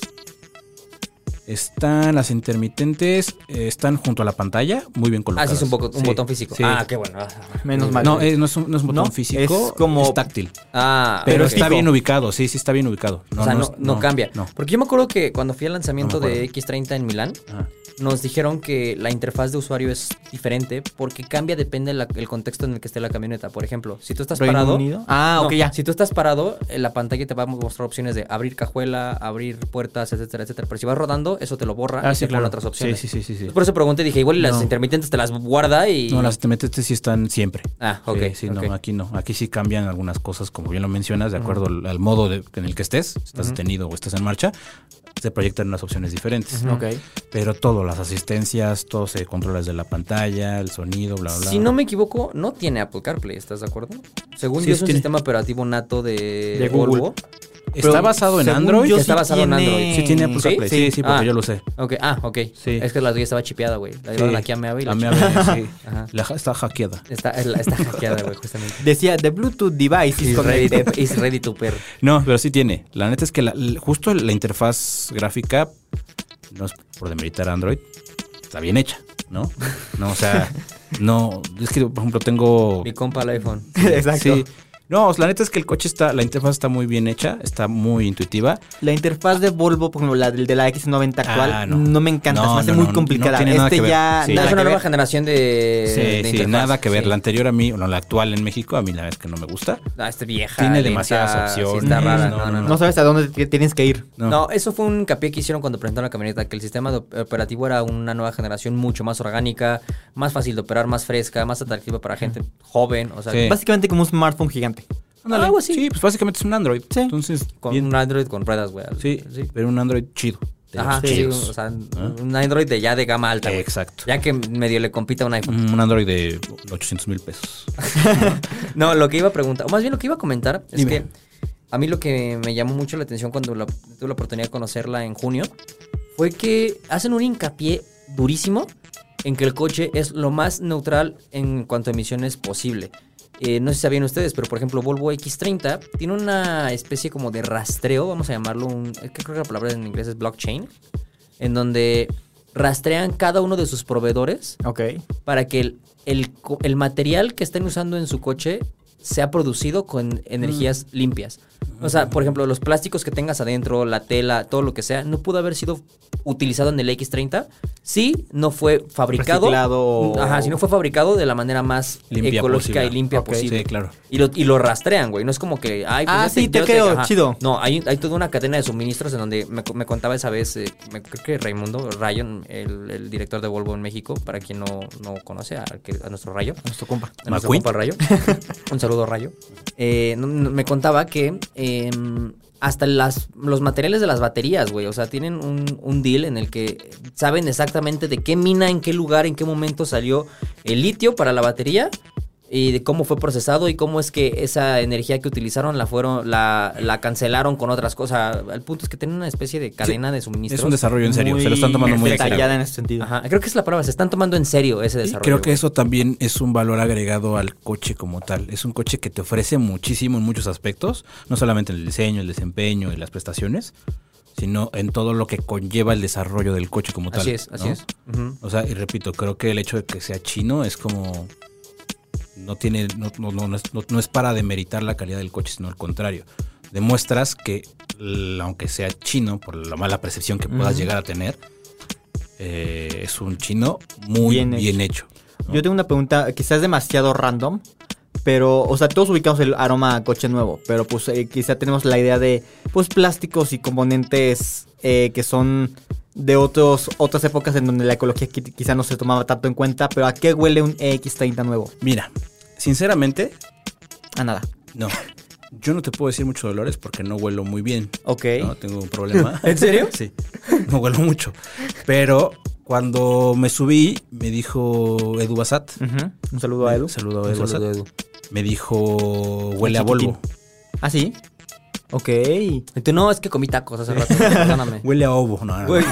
Speaker 4: Están las intermitentes, eh, están junto a la pantalla, muy bien
Speaker 1: Ah,
Speaker 4: colocadas.
Speaker 1: sí, es un, poco, un
Speaker 4: Sí,
Speaker 1: botón físico.
Speaker 4: sí.
Speaker 1: Ah, qué bueno. Ah,
Speaker 3: Menos
Speaker 1: muy
Speaker 3: mal.
Speaker 1: bien.
Speaker 4: no, eh, no, es un, no es un botón
Speaker 3: No,
Speaker 4: físico,
Speaker 3: es como-
Speaker 4: es táctil.
Speaker 1: Ah,
Speaker 4: Pero
Speaker 1: ok.
Speaker 4: está bien ubicado, sí, sí está bien ubicado.
Speaker 1: o sea, no,
Speaker 4: es-
Speaker 1: no cambia.
Speaker 4: no.
Speaker 1: Porque yo me acuerdo que cuando fui al lanzamiento
Speaker 4: No me
Speaker 1: de
Speaker 4: acuerdo.
Speaker 1: X30 en Milán,
Speaker 4: Ajá.
Speaker 1: nos dijeron que la interfaz de usuario es diferente porque cambia depende la- el contexto en el que esté la camioneta. Por ejemplo, si tú estás
Speaker 3: ¿Reino
Speaker 1: parado.
Speaker 3: Unido? Ah,
Speaker 1: No,
Speaker 3: ok, ya.
Speaker 1: Si tú estás parado, eh, la pantalla te va a mostrar opciones de abrir cajuela, abrir puertas, etcétera, etcétera. Pero si vas rodando, eso, eso te lo borra
Speaker 4: Ah,
Speaker 1: y
Speaker 4: sí,
Speaker 1: te pone
Speaker 4: claro.
Speaker 1: otras opciones.
Speaker 4: Sí, sí, sí, sí, sí.
Speaker 1: Por eso pregunté, dije, igual y las
Speaker 4: No.
Speaker 1: intermitentes te las guarda y.
Speaker 4: No, las intermitentes sí están siempre.
Speaker 1: Ah,
Speaker 4: Sí,
Speaker 1: ok.
Speaker 4: Sí,
Speaker 1: ok.
Speaker 4: no, aquí no. Aquí sí cambian algunas cosas, como bien lo mencionas, de acuerdo al, al modo de- en el que estés, si estás detenido o estás en marcha, se proyectan unas opciones diferentes.
Speaker 1: Ok.
Speaker 4: Pero todo, las asistencias, todo se controla desde la pantalla, el sonido, bla, bla.
Speaker 1: Si no me equivoco, no tiene Apple CarPlay, ¿estás de acuerdo? Según
Speaker 4: Sí,
Speaker 1: yo,
Speaker 4: sí
Speaker 1: es un
Speaker 4: tiene.
Speaker 1: sistema operativo nato de,
Speaker 3: De Google.
Speaker 1: Volvo.
Speaker 4: ¿Está basado en
Speaker 3: Según
Speaker 4: Android?
Speaker 3: yo,
Speaker 1: Está
Speaker 3: sí
Speaker 1: basado en
Speaker 3: tiene-
Speaker 1: Android.
Speaker 4: Sí, tiene Apple
Speaker 1: ¿Sí?
Speaker 4: CarPlay. Sí, sí, porque
Speaker 1: Ah.
Speaker 4: yo lo sé.
Speaker 1: Ok, ah, ok.
Speaker 4: Sí.
Speaker 1: Es que la tuya estaba chipeada, güey. La llevaron aquí a Meave y la
Speaker 4: A
Speaker 1: chi-
Speaker 4: Meave, sí.
Speaker 1: Ajá.
Speaker 4: La ja- está hackeada.
Speaker 1: Está, es la- está hackeada, güey, justamente.
Speaker 3: Decía, the Bluetooth device is
Speaker 1: Is ready,
Speaker 3: connected.
Speaker 1: to, is ready to pair.
Speaker 4: No, pero sí tiene. La neta es que la- l- justo la interfaz gráfica, no es por demeritar a Android, está bien hecha, ¿no? No, o sea, no. Es que, por ejemplo, tengo.
Speaker 1: Mi compa el iPhone.
Speaker 3: Exacto.
Speaker 4: Sí. No, la neta es que el coche está, la interfaz está muy bien hecha, está muy intuitiva.
Speaker 3: La interfaz de Volvo, por ejemplo, la del- de la X90 actual,
Speaker 4: Ah,
Speaker 3: no.
Speaker 4: no.
Speaker 3: me encanta, se
Speaker 4: No,
Speaker 3: me hace
Speaker 4: no,
Speaker 3: muy
Speaker 4: no, no
Speaker 3: complicada.
Speaker 4: tiene nada
Speaker 3: este
Speaker 4: que ver.
Speaker 3: ya
Speaker 4: Sí.
Speaker 3: nada
Speaker 1: es
Speaker 4: que
Speaker 1: una nueva
Speaker 3: ver.
Speaker 1: generación de,
Speaker 4: Sí,
Speaker 1: de
Speaker 4: sí,
Speaker 1: Eh, interfaz.
Speaker 4: nada que ver.
Speaker 1: Sí.
Speaker 4: La anterior a mí, o la actual en México, a mí la verdad es que no me gusta.
Speaker 1: Ah, está vieja.
Speaker 4: Tiene
Speaker 1: lenta,
Speaker 4: demasiadas
Speaker 1: sí, está
Speaker 4: opciones.
Speaker 1: rara.
Speaker 4: No,
Speaker 1: No, no,
Speaker 4: no,
Speaker 1: no.
Speaker 3: No sabes a dónde te- tienes que ir.
Speaker 4: No.
Speaker 1: No, eso fue un capié que hicieron cuando presentaron la camioneta, que el sistema de op- operativo era una nueva generación mucho más orgánica, más fácil de operar, más fresca, más atractiva para gente joven, o sea,
Speaker 4: Sí.
Speaker 3: Básicamente como un smartphone gigante.
Speaker 4: Ándale.
Speaker 1: algo así.
Speaker 4: Sí, pues básicamente es un Android.
Speaker 3: Sí.
Speaker 4: Entonces,
Speaker 1: con
Speaker 4: bien.
Speaker 1: un Android con ruedas, güey.
Speaker 4: Sí, pero un Android chido. de
Speaker 1: Ajá,
Speaker 4: los
Speaker 1: sí,
Speaker 4: chidos.
Speaker 1: o sea, un Android de ya de gama alta. güey.
Speaker 4: pues, Exacto.
Speaker 1: Ya que medio le compita a un iPhone.
Speaker 4: Un Android de 800 mil pesos.
Speaker 1: No, lo que iba a preguntar, o más bien lo que iba a comentar es
Speaker 4: Dime.
Speaker 1: que a mí lo que me llamó mucho la atención cuando la- tuve la oportunidad de conocerla en junio fue que hacen un hincapié durísimo en que el coche es lo más neutral en cuanto a emisiones posible. Eh, no sé si sabían ustedes, pero por ejemplo Volvo X30 tiene una especie como de rastreo, vamos a llamarlo un, es que creo que la palabra en inglés es blockchain, en donde rastrean cada uno de sus proveedores
Speaker 3: Ok.
Speaker 1: para que el, el co- el material que estén usando en su coche sea producido con energías
Speaker 3: Mm.
Speaker 1: limpias. O sea, por ejemplo, los plásticos que tengas adentro, la tela, todo lo que sea, no pudo haber sido utilizado en el X30 si no fue fabricado.
Speaker 3: Reciclado.
Speaker 1: Ajá, si no fue fabricado de la manera más
Speaker 4: Limpia
Speaker 1: ecológica
Speaker 4: posible.
Speaker 1: y limpia
Speaker 4: Ok.
Speaker 1: posible.
Speaker 4: Sí, claro.
Speaker 1: Y lo, y lo rastrean, güey. No es como que. Ay, pues
Speaker 3: Ah,
Speaker 1: yo
Speaker 3: sí, te
Speaker 1: yo
Speaker 3: creo,
Speaker 1: ajá.
Speaker 3: chido.
Speaker 1: No, hay, hay toda una cadena de suministros en donde me, co- me contaba esa vez, eh, me- creo que Raimundo, Rayon, el, el director de Volvo en México, para quien no, no conoce a, que- a nuestro Rayo.
Speaker 3: Nuestro compa.
Speaker 1: a nuestro
Speaker 4: McQueen.
Speaker 1: compa Rayo. Un saludo, Rayo. Eh, no- no- me contaba que eh, hasta las, los materiales de las baterías, güey. O sea, tienen un, un deal en el que saben exactamente de qué mina, en qué lugar, en qué momento salió el litio para la batería y de cómo fue procesado y cómo es que esa energía que utilizaron la fueron la, la cancelaron con otras cosas. El punto es que tienen una especie de cadena de suministros.
Speaker 4: Es un desarrollo en serio. Se lo están tomando muy en serio.
Speaker 3: detallada en ese sentido.
Speaker 1: Ajá, creo que es la palabra, se están tomando en serio ese
Speaker 4: Y
Speaker 1: desarrollo.
Speaker 4: Creo que
Speaker 1: güey.
Speaker 4: eso también es un valor agregado al coche como tal. Es un coche que te ofrece muchísimo en muchos aspectos, no solamente en el diseño, el desempeño y las prestaciones, sino en todo lo que conlleva el desarrollo del coche como tal.
Speaker 1: Así es, así
Speaker 4: ¿no?
Speaker 1: es. Ujú.
Speaker 4: O sea, y repito, creo que el hecho de que sea chino es como no tiene no, no, no, no es, no- no es para demeritar la calidad del coche, sino al contrario. Demuestras que l- aunque sea chino, por la mala percepción que puedas
Speaker 3: Ujú.
Speaker 4: llegar a tener, eh, es un chino muy
Speaker 3: Bien
Speaker 4: bien,
Speaker 3: hecho.
Speaker 4: hecho. ¿no?
Speaker 3: Yo tengo una pregunta, quizás demasiado random, pero, o sea, todos ubicamos el aroma a coche nuevo, pero pues eh, quizá tenemos la idea de, pues, plásticos y componentes eh, que son de otros, otras épocas en donde la ecología qui- quizá no se tomaba tanto en cuenta, pero ¿a qué huele un X30 nuevo?
Speaker 4: Mira, sinceramente,
Speaker 3: A nada.
Speaker 4: no. Yo no te puedo decir mucho dolores porque no huelo muy bien.
Speaker 3: Ok.
Speaker 4: ¿no? Tengo un problema.
Speaker 1: ¿En serio?
Speaker 4: Sí. No huelo mucho. Pero cuando me subí, me dijo Edu Basat.
Speaker 3: Ujú. Un saludo a Edu.
Speaker 4: Saludo a
Speaker 1: Un
Speaker 4: Edu
Speaker 1: saludo,
Speaker 4: Basat.
Speaker 1: Edu.
Speaker 4: Me dijo, huele a
Speaker 3: Chiquitín.
Speaker 4: Volvo.
Speaker 3: ¿Ah, sí? Ok.
Speaker 1: Y tú, no, es que comí tacos hace rato, perdóname.
Speaker 4: Huele a ovo. No, no, no.
Speaker 1: Güey.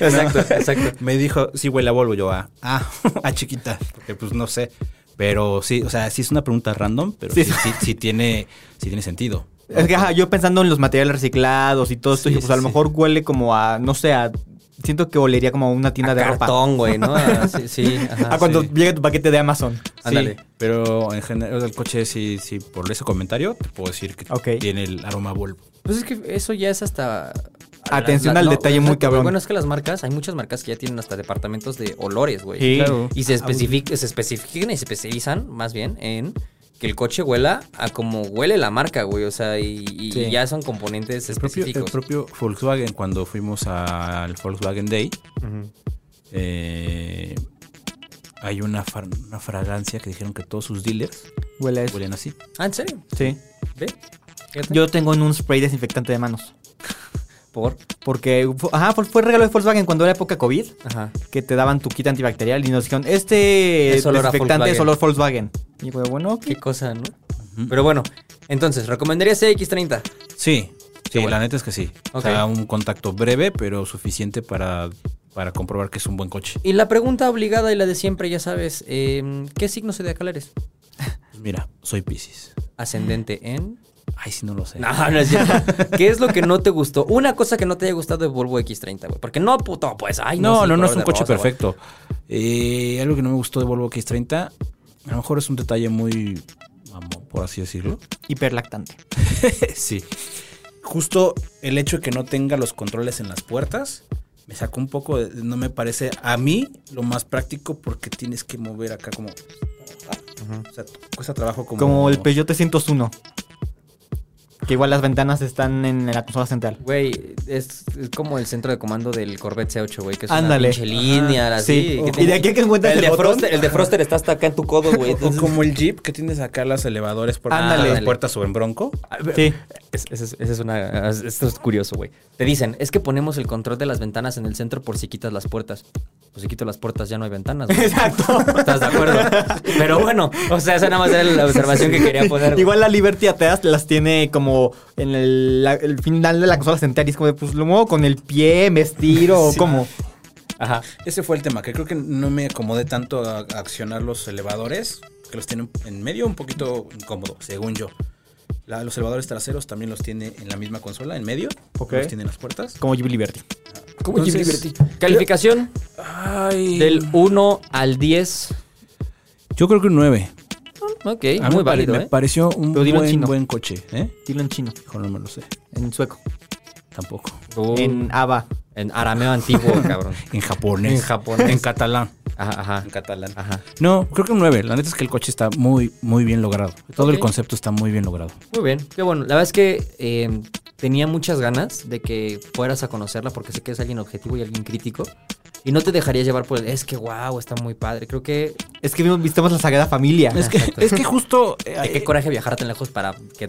Speaker 1: exacto, exacto.
Speaker 4: Me dijo, sí, huele a Volvo. Yo, ah, ah, a chiquita. Porque pues no sé. Pero sí, o sea, sí es una pregunta random, pero sí,
Speaker 3: Sí.
Speaker 4: sí, sí tiene, sí tiene sentido.
Speaker 3: Es que, ajá, yo pensando en los materiales reciclados y todo esto,
Speaker 4: Sí,
Speaker 3: dije, pues a
Speaker 4: sí, sí.
Speaker 3: lo mejor huele como a, no sé, a- siento que olería como a una tienda
Speaker 1: A
Speaker 3: de ropa.
Speaker 1: cartón, güey, ¿no? Ah, sí, sí, ajá,
Speaker 3: a cuando
Speaker 1: sí.
Speaker 3: llega tu paquete de Amazon.
Speaker 1: Ándale.
Speaker 4: Sí, pero en general el coche sí, sí, por ese comentario te puedo decir que
Speaker 3: Ok.
Speaker 4: tiene el aroma a Volvo.
Speaker 1: Pues es que eso ya es hasta...
Speaker 3: Atención al detalle muy
Speaker 1: exacto, pero
Speaker 3: cabrón.
Speaker 1: Bueno, es que las marcas, hay muchas marcas que ya tienen hasta departamentos de olores, güey.
Speaker 3: Sí. Ah,
Speaker 4: Claro.
Speaker 1: Y se, especific- se especifican y se especializan, más bien, en que el coche huela a como huele la marca, güey. O sea, y, y
Speaker 3: Sí.
Speaker 1: ya son componentes
Speaker 4: El propio, el
Speaker 1: específicos.
Speaker 4: propio Volkswagen, cuando fuimos al Volkswagen Day, eh, hay una, far- una fragancia que dijeron que todos sus dealers
Speaker 3: Huele a eso.
Speaker 4: huelen así.
Speaker 1: Ah, ¿en serio?
Speaker 3: Sí.
Speaker 1: ¿Ve? Fíjate.
Speaker 3: Yo tengo en un spray desinfectante de manos.
Speaker 1: Por.
Speaker 3: Porque, fu- ajá, fue, fue regalo de Volkswagen cuando era época COVID,
Speaker 1: Ajá.
Speaker 3: que te daban tu kit antibacterial y nos dijeron, este
Speaker 1: Es olor a
Speaker 3: desinfectante es
Speaker 1: Volkswagen.
Speaker 3: olor Volkswagen. Y yo, bueno, ok.
Speaker 1: Qué cosa, ¿no? Pero bueno, entonces, ¿recomendarías CX30?
Speaker 4: Sí, sí,
Speaker 1: bueno.
Speaker 4: la neta es que sí. O
Speaker 1: Ok.
Speaker 4: sea, un contacto breve, pero suficiente para, para comprobar que es un buen coche.
Speaker 1: Y la pregunta obligada y la de siempre, ya sabes, eh, ¿qué signo zodiacal eres?
Speaker 4: Pues mira, soy Pisces.
Speaker 1: Ascendente en...
Speaker 4: Ay, si no lo sé.
Speaker 1: No, no es cierto. ¿Qué es lo que no te gustó? Una cosa que no te haya gustado de Volvo X30, güey. Porque no, puto, pues, ay,
Speaker 4: no,
Speaker 1: sí,
Speaker 4: no, no,
Speaker 1: color
Speaker 4: es un
Speaker 1: de
Speaker 4: coche
Speaker 1: rosa, güey.
Speaker 4: perfecto. Eh, algo que no me gustó de Volvo X30, a lo mejor es un detalle muy, vamos, por así decirlo.
Speaker 3: Hiperlactante.
Speaker 4: sí. Justo el hecho de que no tenga los controles en las puertas, me sacó un poco, de- no me parece a mí lo más práctico porque tienes que mover acá como... O sea, cuesta trabajo como...
Speaker 3: Como el Peugeot 301. Que igual las ventanas están en la consola central.
Speaker 1: Güey, es, es como el centro de comando del Corvette C8, güey, que es
Speaker 3: Ándale.
Speaker 1: una pinche línea,
Speaker 3: Ajá.
Speaker 1: así.
Speaker 3: Sí.
Speaker 1: que
Speaker 3: Y
Speaker 1: tiene-
Speaker 3: de aquí a que encuentras
Speaker 1: el,
Speaker 3: el
Speaker 1: de
Speaker 3: botón.
Speaker 1: Froster, el de Froster está hasta acá en tu codo, güey.
Speaker 4: O
Speaker 1: entonces-
Speaker 4: como el Jeep que tienes acá los elevadores por
Speaker 3: Ándale.
Speaker 4: las puertas sobre en bronco.
Speaker 3: Sí.
Speaker 1: Es- Esa es, esa es una. es- Esto es curioso, güey. Te dicen, es que ponemos el control de las ventanas en el centro por si quitas las puertas. Pues si quito las puertas ya no hay ventanas, güey.
Speaker 3: Exacto.
Speaker 1: ¿Estás de acuerdo? Pero bueno, o sea, esa nada más era la observación que quería poner. güey.
Speaker 3: Igual la Liberty Ateas las tiene como en el, la- el final de la consola central. Y es como, de, pues lo muevo con el pie, me estiro,
Speaker 4: Sí.
Speaker 3: como.
Speaker 1: Ajá.
Speaker 4: Ese fue el tema, que creo que no me acomodé tanto a a accionar los elevadores, que los tienen en medio un poquito incómodo, según yo. La- los elevadores traseros también los tiene en la misma consola, en medio.
Speaker 3: Ok.
Speaker 4: Los tiene en las puertas.
Speaker 3: Como Jeep Liberty.
Speaker 1: ¿Cómo
Speaker 4: Entonces-
Speaker 1: Calificación
Speaker 4: Ay.
Speaker 1: del 1 al 10.
Speaker 4: Yo creo que un 9.
Speaker 1: Ok,
Speaker 4: A
Speaker 1: muy
Speaker 4: mí me pare-
Speaker 1: válido,
Speaker 4: me
Speaker 1: ¿eh?
Speaker 4: pareció un
Speaker 3: Pero dilo en
Speaker 4: buen,
Speaker 3: chino.
Speaker 4: buen coche, ¿eh?
Speaker 3: Dilo en chino.
Speaker 4: Hijo, no me lo sé.
Speaker 3: En sueco.
Speaker 4: Tampoco.
Speaker 1: En,
Speaker 3: En ABA.
Speaker 1: en arameo antiguo, cabrón.
Speaker 4: En japonés.
Speaker 1: En japonés.
Speaker 4: En catalán.
Speaker 1: Ajá, ajá.
Speaker 4: En catalán.
Speaker 1: Ajá.
Speaker 4: No, creo que un 9. La neta es que el coche está muy, muy bien logrado. Todo
Speaker 1: Ok.
Speaker 4: el concepto está muy bien logrado.
Speaker 1: Muy bien, qué bueno. La verdad es que eh, tenía muchas ganas de que fueras a conocerla porque sé que es alguien objetivo y alguien crítico. Y no te dejarías llevar por el, es que wow, está muy padre. Creo que...
Speaker 3: Es que vimos- visitamos la Sagrada Familia.
Speaker 4: Es que,
Speaker 1: Exacto.
Speaker 4: es que justo. eh,
Speaker 1: de qué coraje viajar tan lejos para que...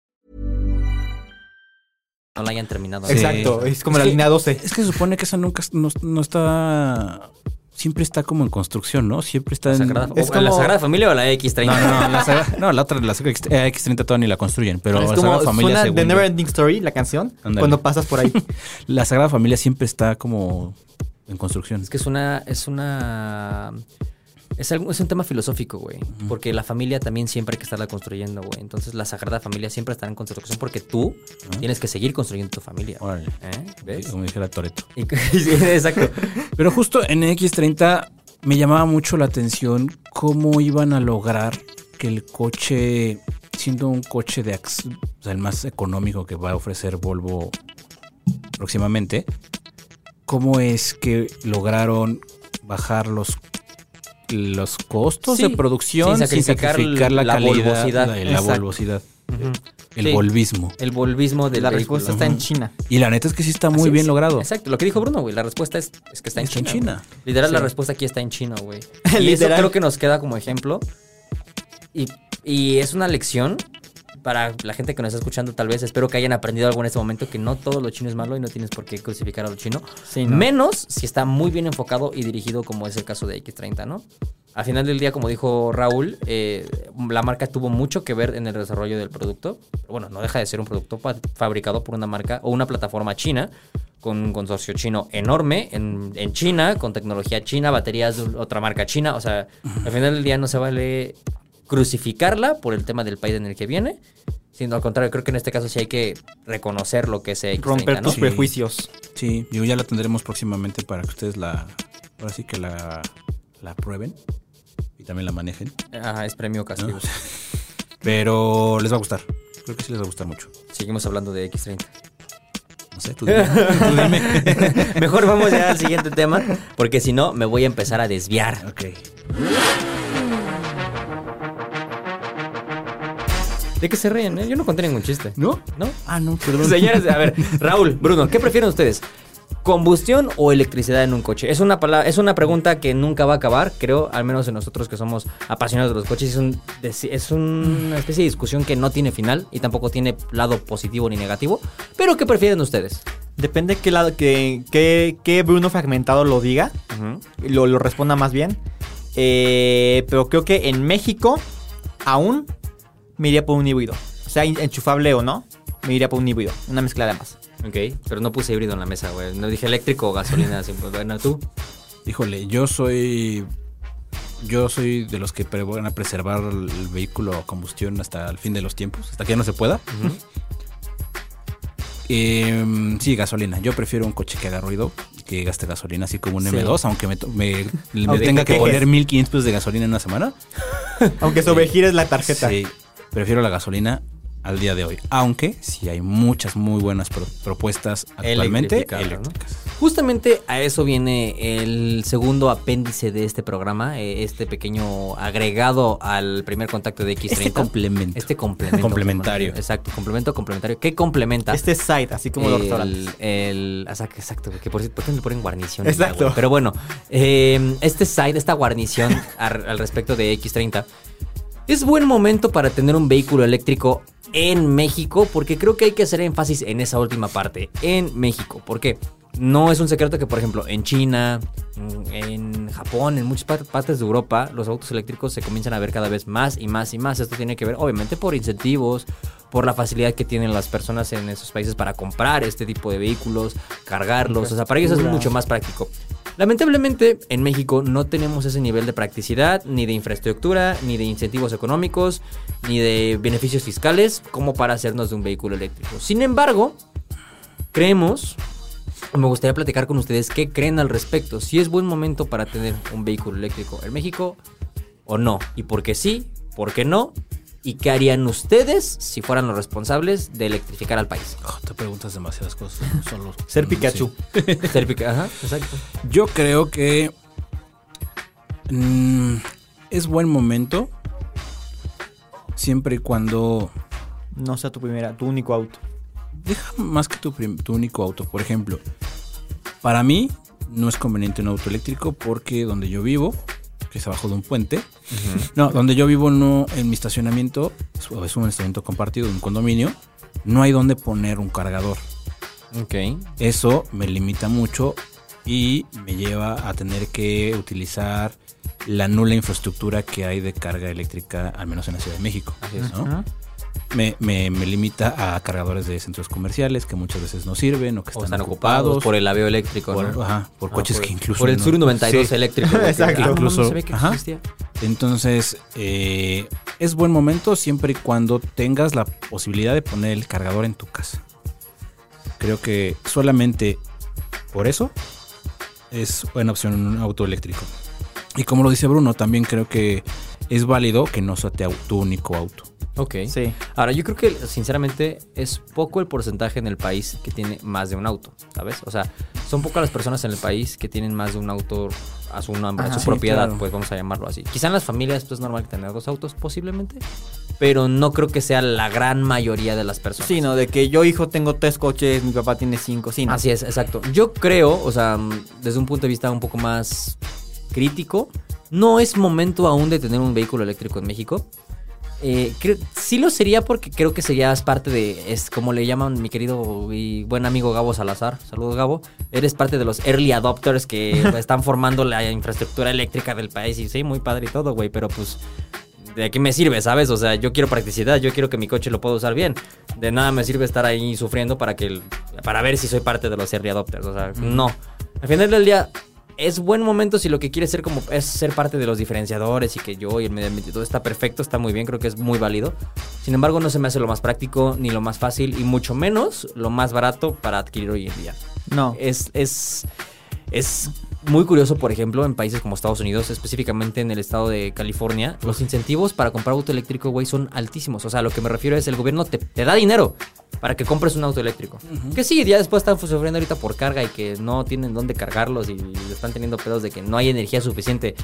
Speaker 1: No la hayan terminado. ¿no?
Speaker 3: Exacto.
Speaker 4: Sí.
Speaker 3: Es como la
Speaker 4: que-
Speaker 3: línea 12.
Speaker 4: Es que se supone que esa nunca no, no está. Siempre está como en construcción, ¿no? Siempre está en.
Speaker 1: Sagrada-
Speaker 4: es
Speaker 1: o- ¿La
Speaker 4: como-
Speaker 1: Sagrada Familia o la X30?
Speaker 4: No, no, no, la, sagra- no, la otra, la sagra- eh, X30 todavía ni la construyen, pero
Speaker 3: es
Speaker 4: la
Speaker 3: como
Speaker 4: Sagrada Familia.
Speaker 3: suena The
Speaker 4: según
Speaker 3: Never Ending Story, la canción,
Speaker 4: Ándale.
Speaker 3: cuando pasas por ahí.
Speaker 4: yo, la Sagrada Familia siempre está como en construcción.
Speaker 1: Es que es una. Es una. Es, algo- es un tema filosófico, güey. Porque la familia también siempre hay que estarla construyendo, güey. Entonces la sagrada familia siempre estará en construcción porque tú tienes que seguir construyendo tu familia. güey.
Speaker 4: Órale.
Speaker 1: ¿Eh? ¿Ves?
Speaker 4: Como dijera Toreto.
Speaker 1: Y- sí, exacto.
Speaker 4: Pero justo en X30 me llamaba mucho la atención cómo iban a lograr que el coche, siendo un coche de acc- o sea, el más económico que va a ofrecer Volvo próximamente, cómo es que lograron bajar los los costos
Speaker 1: Sí,
Speaker 4: de producción
Speaker 1: sin
Speaker 4: sin
Speaker 1: sacrificar
Speaker 4: sacrificar, la,
Speaker 1: la
Speaker 4: calidad,
Speaker 1: volvosidad.
Speaker 4: la, la
Speaker 1: Exacto.
Speaker 4: volvosidad, el
Speaker 1: Sí.
Speaker 4: volvismo.
Speaker 1: El volvismo de
Speaker 3: la respuesta está en China.
Speaker 4: Y la neta es que sí está muy bien logrado.
Speaker 1: Exacto. Lo que dijo Bruno, güey. La respuesta es, es que está en
Speaker 4: Está en
Speaker 1: China.
Speaker 4: China.
Speaker 1: güey. Literal, la
Speaker 4: Sí.
Speaker 1: respuesta aquí está en chino, güey. Y eso
Speaker 3: Literal.
Speaker 1: creo que nos queda como ejemplo. Y, y es una lección para la gente que nos está escuchando, tal vez. Espero que hayan aprendido algo en este momento, que no todo lo chino es malo y no tienes por qué crucificar a lo chino.
Speaker 3: Sí, ¿no?
Speaker 1: Menos si está muy bien enfocado y dirigido, como es el caso de X30, ¿no? Al final del día, como dijo Raúl, eh, la marca tuvo mucho que ver en el desarrollo del producto. Pero bueno, no deja de ser un producto fa- fabricado por una marca o una plataforma china con un consorcio chino enorme en, en China, con tecnología china, baterías de otra marca china. O sea, al final del día no se vale crucificarla por el tema del país en el que viene, sino al contrario, creo que en este caso sí hay que reconocer lo que es X30,
Speaker 3: Romper
Speaker 1: ¿no?
Speaker 3: tus
Speaker 4: Sí.
Speaker 3: prejuicios.
Speaker 4: Sí, digo, ya la tendremos próximamente para que ustedes la. Ahora sí que la, la prueben y también la manejen.
Speaker 1: Ajá, es premio
Speaker 4: ¿no?
Speaker 1: castigo.
Speaker 4: Pero les va a gustar. Creo que sí les va a gustar mucho.
Speaker 1: Seguimos hablando de X30.
Speaker 4: No sé, tú dime. tú dime.
Speaker 1: Mejor vamos ya al siguiente tema, porque si no me voy a empezar a desviar.
Speaker 4: ok.
Speaker 1: ¿De qué se ríen? eh? Yo no conté ningún chiste.
Speaker 4: ¿No?
Speaker 1: ¿No?
Speaker 4: Ah, no, perdón.
Speaker 1: Señores, a ver, Raúl, Bruno, ¿qué prefieren ustedes? ¿Combustión o electricidad en un coche? Es una, palabra, es una pregunta que nunca va a acabar, creo, al menos en nosotros que somos apasionados de los coches. Es, un- es una especie de discusión que no tiene final y tampoco tiene lado positivo ni negativo. Pero ¿qué prefieren ustedes?
Speaker 3: Depende qué lado, que, que, que Bruno fragmentado lo diga, lo, lo responda más bien. Eh, pero creo que en México, aún me iría por un híbrido. Sea in- enchufable o no, me iría por un híbrido. Una mezcla de ambas.
Speaker 1: Ok, pero no puse híbrido en la mesa, güey. No dije eléctrico o gasolina. sí, pues, bueno, tú.
Speaker 4: Híjole, yo soy. Yo soy de los que pre- van a preservar el vehículo a combustión hasta el fin de los tiempos, hasta que ya no se pueda. Em, sí, gasolina. Yo prefiero un coche que haga ruido que gaste gasolina, así como un M2, aunque me, to- me- me
Speaker 3: Aunque
Speaker 4: tenga que
Speaker 3: te quejes.
Speaker 4: poner 1500 pesos de gasolina en una semana.
Speaker 3: Aunque sobregires la tarjeta.
Speaker 4: Sí, prefiero la gasolina al día de hoy. Aunque sí hay muchas muy buenas pro- propuestas actualmente
Speaker 1: Electrificadas, ¿no?
Speaker 4: eléctricas.
Speaker 1: Justamente a eso viene el segundo apéndice de este programa, eh, este pequeño agregado al primer contacto de X30.
Speaker 4: Este complemento.
Speaker 1: Este complemento.
Speaker 4: Complementario.
Speaker 1: Exacto, complemento complementario. ¿Qué complementa?
Speaker 3: Este es side, así como los restaurantes.
Speaker 1: el, el- o sea, que exacto, que por, cierto, ¿por qué no le ponen guarnición? Ya,
Speaker 3: Exacto.
Speaker 1: güey? Pero bueno, eh, este side, esta guarnición ar- al respecto de X30, es buen momento para tener un vehículo eléctrico en México, porque creo que hay que hacer énfasis en esa última parte, en México. ¿Por qué? No es un secreto que, por ejemplo, en China, en- en Japón, en muchas par- partes de Europa, los autos eléctricos se comienzan a ver cada vez más y más y más. Esto tiene que ver, obviamente, por incentivos, por la facilidad que tienen las personas en esos países para comprar este tipo de vehículos, cargarlos. O sea, para ellos es mucho más práctico. Lamentablemente, en México no tenemos ese nivel de practicidad, ni de infraestructura, ni de incentivos económicos, ni de beneficios fiscales como para hacernos de un vehículo eléctrico. Sin embargo, creemos, me gustaría platicar con ustedes qué creen al respecto, si es buen momento para tener un vehículo eléctrico en México o no, y por qué sí, por qué no, y qué harían ustedes si fueran los responsables de electrificar al país.
Speaker 4: Oh, te preguntas demasiadas cosas. solo-
Speaker 3: Ser
Speaker 4: no
Speaker 3: Pikachu.
Speaker 4: sé.
Speaker 1: Ser pica- Ajá, exacto.
Speaker 4: Yo creo que mm, es buen momento siempre y cuando
Speaker 3: No sea tu primera, tu único auto.
Speaker 4: deja más que tu, prim- tu único auto. Por ejemplo, para mí no es conveniente un auto eléctrico porque donde yo vivo, que es abajo de un puente, no, donde yo vivo no, en mi estacionamiento, es- es un estacionamiento compartido, un condominio, no hay donde poner un cargador.
Speaker 1: Ok.
Speaker 4: Eso me limita mucho y me lleva a tener que utilizar la nula infraestructura que hay de carga eléctrica, al menos en la Ciudad de México. ¿no? me, me- me limita a cargadores de centros comerciales que muchas veces no sirven o que
Speaker 1: O
Speaker 4: están,
Speaker 1: están ocupados por el aveo eléctrico.
Speaker 4: por,
Speaker 1: ¿no?
Speaker 4: ajá, por
Speaker 1: Ah,
Speaker 4: coches
Speaker 1: por-
Speaker 4: que incluso...
Speaker 1: Por el
Speaker 4: no-
Speaker 1: Sur 92
Speaker 4: Sí.
Speaker 1: eléctrico. güey, que-
Speaker 3: Exacto.
Speaker 1: ah, no mames,
Speaker 4: Incluso-
Speaker 1: se ve que
Speaker 4: ajá.
Speaker 1: existía.
Speaker 4: Entonces, eh, es buen momento siempre y cuando tengas la posibilidad de poner el cargador en tu casa. Creo que solamente por eso es buena opción un auto eléctrico. Y como lo dice Bruno, también creo que es válido que no sea te- tu único auto.
Speaker 1: Ok.
Speaker 3: Sí.
Speaker 1: Ahora, yo creo que, sinceramente, es poco el porcentaje en el país que tiene más de un auto, ¿sabes? O sea, son pocas las personas en el país que tienen más de un auto a su nombre, a
Speaker 3: Ajá,
Speaker 1: su
Speaker 3: sí,
Speaker 1: propiedad,
Speaker 4: Ah, claro.
Speaker 1: pues vamos a llamarlo así. Quizá en las familias pues, es normal tener dos autos, posiblemente, pero no creo que sea la gran mayoría de las personas.
Speaker 3: Sí, no, de que yo, hijo, tengo tres coches, mi papá tiene cinco. Sí, no.
Speaker 1: Así es, exacto. Yo creo, o sea, mm, desde un punto de vista un poco más crítico, no es momento aún de tener un vehículo eléctrico en México. Eh, creo- sí lo sería porque creo que serías parte de, es como le llaman mi querido y buen amigo Gabo Salazar, saludos Gabo, eres parte de los early adopters que están formando la infraestructura eléctrica del país y sí, muy padre y todo, güey, pero pues ¿de qué me sirve, sabes? O sea, yo quiero practicidad, yo quiero que mi coche lo pueda usar bien. De nada me sirve estar ahí sufriendo para, que el- para ver si soy parte de los early adopters. O sea, no. Al final del día, es buen momento si lo que quieres ser como es ser parte de los diferenciadores y que yo y el medio ambiente y todo está perfecto, está muy bien, creo que es muy válido. Sin embargo, no se me hace lo más práctico ni lo más fácil y mucho menos lo más barato para adquirir hoy en día.
Speaker 3: No.
Speaker 1: Es, es, es muy curioso, por ejemplo, en países como Estados Unidos, específicamente en el estado de California, los incentivos para comprar auto eléctrico, güey, son altísimos. O sea, lo que me refiero es el gobierno te, te da dinero para que compres un auto eléctrico. Que sí, ya después están sufriendo ahorita por carga y que no tienen dónde cargarlos y están teniendo pedos de que no hay energía suficiente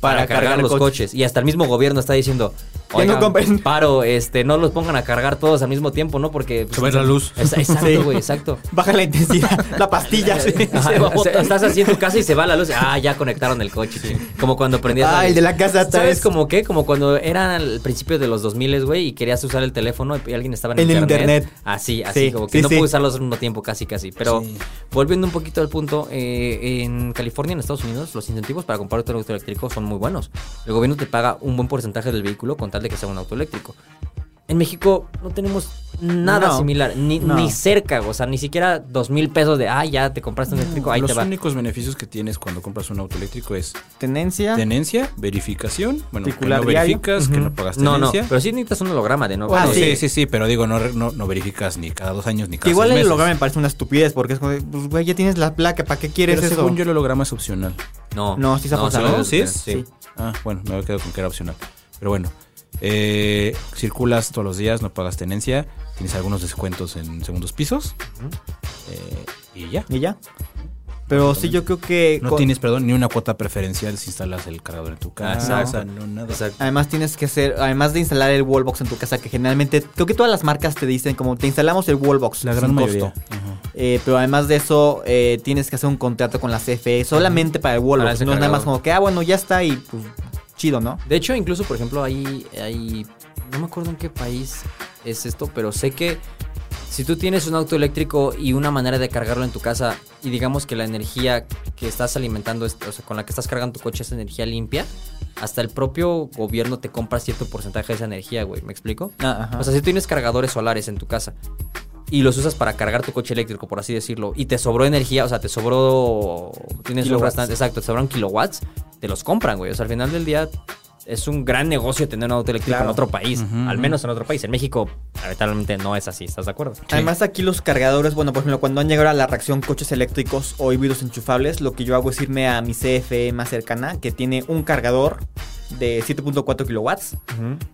Speaker 1: para,
Speaker 3: Para
Speaker 1: cargar,
Speaker 3: cargar
Speaker 1: los
Speaker 3: coches.
Speaker 1: coches. Y hasta el mismo gobierno está diciendo,
Speaker 3: no
Speaker 1: oigan,
Speaker 3: compren".
Speaker 1: paro, este, no los pongan a cargar todos al mismo tiempo, ¿no? Porque... pues,
Speaker 4: Se va a ir la luz.
Speaker 1: Esa-
Speaker 3: Sí.
Speaker 1: Exacto, güey, exacto.
Speaker 3: Baja la intensidad, la pastilla. sí,
Speaker 1: Ajá,
Speaker 3: se va
Speaker 1: o sea,
Speaker 3: botando.
Speaker 1: estás así en tu casa y se va la luz. Ah, ya conectaron el coche. Como cuando prendías.
Speaker 3: Ah,
Speaker 1: la-
Speaker 3: el de la casa otra
Speaker 1: ¿Sabes
Speaker 3: vez.
Speaker 1: como qué? Como cuando era al principio de los 2000, güey, y querías usar el teléfono y alguien estaba en,
Speaker 3: En el internet.
Speaker 1: Así, así,
Speaker 3: Sí,
Speaker 1: como que
Speaker 3: sí,
Speaker 1: no
Speaker 3: sí.
Speaker 1: pude usarlos al mismo tiempo, casi, casi. Pero
Speaker 4: Sí.
Speaker 1: volviendo un poquito al punto, eh, en California, en Estados Unidos, los incentivos para comprar otro auto eléctrico son muy buenos. El gobierno te paga un buen porcentaje del vehículo con tal de que sea un auto eléctrico. En México no tenemos nada
Speaker 3: No.
Speaker 1: similar, ni,
Speaker 3: No.
Speaker 1: ni cerca, o sea, ni siquiera dos mil pesos de, ah, ya te compraste un eléctrico, ahí te
Speaker 4: Los
Speaker 1: va.
Speaker 4: únicos beneficios que tienes cuando compras un auto eléctrico es
Speaker 1: Ah.
Speaker 3: Tenencia.
Speaker 4: tenencia, verificación, bueno, que
Speaker 3: Particular
Speaker 4: no
Speaker 3: diario.
Speaker 4: verificas, que no pagas
Speaker 1: No, no,
Speaker 4: tenencia.
Speaker 1: pero sí necesitas un holograma de nuevo.
Speaker 3: Ah,
Speaker 4: No,
Speaker 1: Bueno,
Speaker 3: sí.
Speaker 4: sí. sí, sí, pero digo, no, re- no, no verificas ni cada dos años ni
Speaker 3: Que
Speaker 4: cada
Speaker 3: igual
Speaker 4: seis
Speaker 3: el
Speaker 4: meses.
Speaker 3: holograma me parece una estupidez porque es como, de, pues güey, ya tienes la placa, ¿para qué quieres
Speaker 4: Pero
Speaker 3: eso?
Speaker 4: según yo el holograma es opcional.
Speaker 1: No,
Speaker 3: No, sí está forzado.
Speaker 1: solo-
Speaker 4: ¿No? ¿Sí es?
Speaker 1: sí.
Speaker 4: Ah, bueno, me había quedado con que era opcional. Pero bueno, eh, circulas todos los días, no pagas tenencia, tienes algunos descuentos en segundos pisos eh, y ya.
Speaker 3: Y ya. Pero sí, yo creo que.
Speaker 4: No
Speaker 3: con-
Speaker 4: tienes, perdón, ni una cuota preferencial si instalas el cargador en tu casa.
Speaker 3: Ah,
Speaker 4: o sea, no, nada.
Speaker 1: Exacto.
Speaker 3: Además tienes que hacer, además de instalar el wallbox en tu casa, que generalmente creo que todas las marcas te dicen como te instalamos el wallbox
Speaker 4: La gran
Speaker 3: sin
Speaker 4: mayoría.
Speaker 3: costo.
Speaker 4: Ajá.
Speaker 3: Eh, pero además de eso eh, tienes que hacer un contrato con la CFE solamente para el
Speaker 1: Para
Speaker 3: wallbox,
Speaker 1: ese
Speaker 3: no es nada más
Speaker 1: cargador.
Speaker 3: como que ah bueno ya está y pues chido, ¿no?
Speaker 1: De hecho, incluso, por ejemplo, hay, hay. No me acuerdo en qué país es esto, pero sé que si tú tienes un auto eléctrico y una manera de cargarlo en tu casa, y digamos que la energía que estás alimentando, es- o sea, con la que estás cargando tu coche es energía limpia, hasta el propio gobierno te compra cierto porcentaje de esa energía, güey. ¿Me explico?
Speaker 3: Ah, ajá.
Speaker 1: O sea, si tú tienes cargadores solares en tu casa y los usas para cargar tu coche eléctrico, por así decirlo, y te sobró energía, o sea, te sobró. Tienes un
Speaker 3: Kilowatts.
Speaker 1: bastante, exacto, te sobraron kilowatts, te los compran, güey. O sea, al final del día es un gran negocio tener un auto eléctrico en otro país, al menos en otro país. En México, lamentablemente no es así, ¿estás de acuerdo?
Speaker 3: Además aquí los cargadores, bueno, por ejemplo, cuando han llegado a la reacción coches eléctricos o híbridos enchufables, lo que yo hago es irme a mi CFE más cercana, que tiene un cargador de 7.4 kilowatts.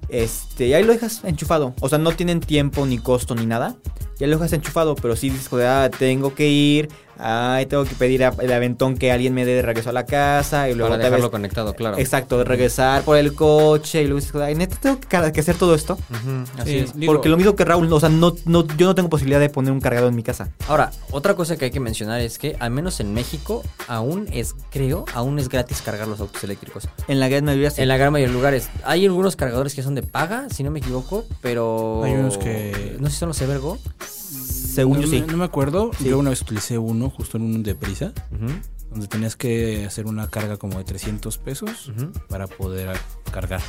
Speaker 3: Este, y ahí lo dejas enchufado. O sea, no tienen tiempo ni costo ni nada. Ya lo dejas enchufado, pero sí dices, joder, ah, tengo que ir, ay, tengo que pedir a- el aventón que alguien me dé de regreso a la casa y luego
Speaker 1: Para
Speaker 3: otra
Speaker 1: dejarlo
Speaker 3: vez-
Speaker 1: conectado, claro.
Speaker 3: Exacto, regresar por el coche y luego dices, ay, neta, tengo que, car- que hacer todo esto.
Speaker 4: Así es. Digo,
Speaker 3: Porque lo mismo que Raúl, o sea, no, no, yo no tengo posibilidad de poner un cargador en mi casa.
Speaker 1: Ahora, otra cosa que hay que mencionar es que, al menos en México, aún es, creo, aún es gratis cargar los autos eléctricos.
Speaker 3: En la gran mayoría
Speaker 1: En la gran mayoría de lugares. Hay algunos cargadores que son de paga, si no me equivoco, pero.
Speaker 4: Hay unos que-
Speaker 1: No sé si son los Evergo.
Speaker 3: según
Speaker 4: no,
Speaker 3: yo sí.
Speaker 4: me- no me acuerdo.
Speaker 3: Sí.
Speaker 4: Yo una vez utilicé uno justo en un deprisa, donde tenías que hacer una carga como de 300 pesos para poder a- cargar.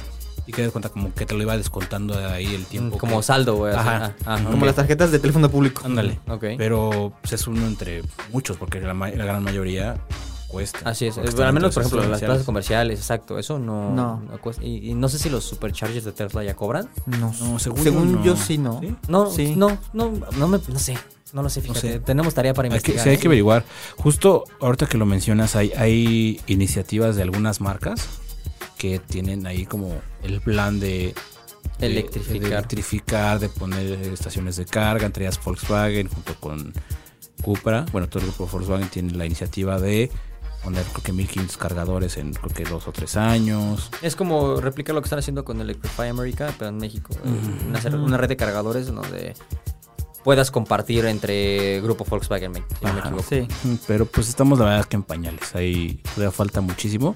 Speaker 4: Y que das cuenta como que te lo iba descontando ahí el tiempo.
Speaker 1: Mm, Como
Speaker 4: que-
Speaker 1: saldo, güey. así.
Speaker 4: Ajá.
Speaker 1: Ah, ah,
Speaker 4: Como
Speaker 3: Como
Speaker 1: ok.
Speaker 3: las tarjetas de teléfono público.
Speaker 4: Ándale.
Speaker 1: Ok.
Speaker 4: Pero pues, es uno entre muchos, porque la, ma- la gran mayoría cuesta.
Speaker 1: Así es.
Speaker 4: Porque
Speaker 1: Eh,
Speaker 4: están
Speaker 1: Al menos,
Speaker 4: entre
Speaker 1: por ejemplo,
Speaker 4: sus
Speaker 1: las plazas comerciales, exacto. Eso no.
Speaker 3: No.
Speaker 1: cuesta. Y, y no sé si los superchargers de Tesla ya cobran.
Speaker 3: No,
Speaker 4: No, según, no.
Speaker 3: yo sí, no.
Speaker 4: ¿Sí?
Speaker 1: No,
Speaker 3: Sí.
Speaker 1: no, no, no me, no sé. No lo sé, fíjate.
Speaker 4: sé.
Speaker 1: Tenemos tarea para
Speaker 4: Hay que,
Speaker 1: investigar.
Speaker 4: sí, hay que
Speaker 1: ¿eh?
Speaker 4: averiguar. Justo ahorita que lo mencionas, hay, hay iniciativas de algunas marcas que tienen ahí como el plan de de-
Speaker 1: Electrificar.
Speaker 4: de, electrificar, de poner estaciones de carga, entre ellas Volkswagen junto con Cupra. Bueno, todo el grupo Volkswagen tiene la iniciativa de poner creo que 1500 cargadores en creo que dos o tres años.
Speaker 1: Es como replicar lo que están haciendo con Electrify America, pero en México. Es una, cer- una red de cargadores donde puedas compartir entre grupo Volkswagen, me- si no me
Speaker 4: Ajá.
Speaker 1: equivoco.
Speaker 3: Sí.
Speaker 4: Pero pues estamos la verdad que en pañales. Ahí todavía falta muchísimo.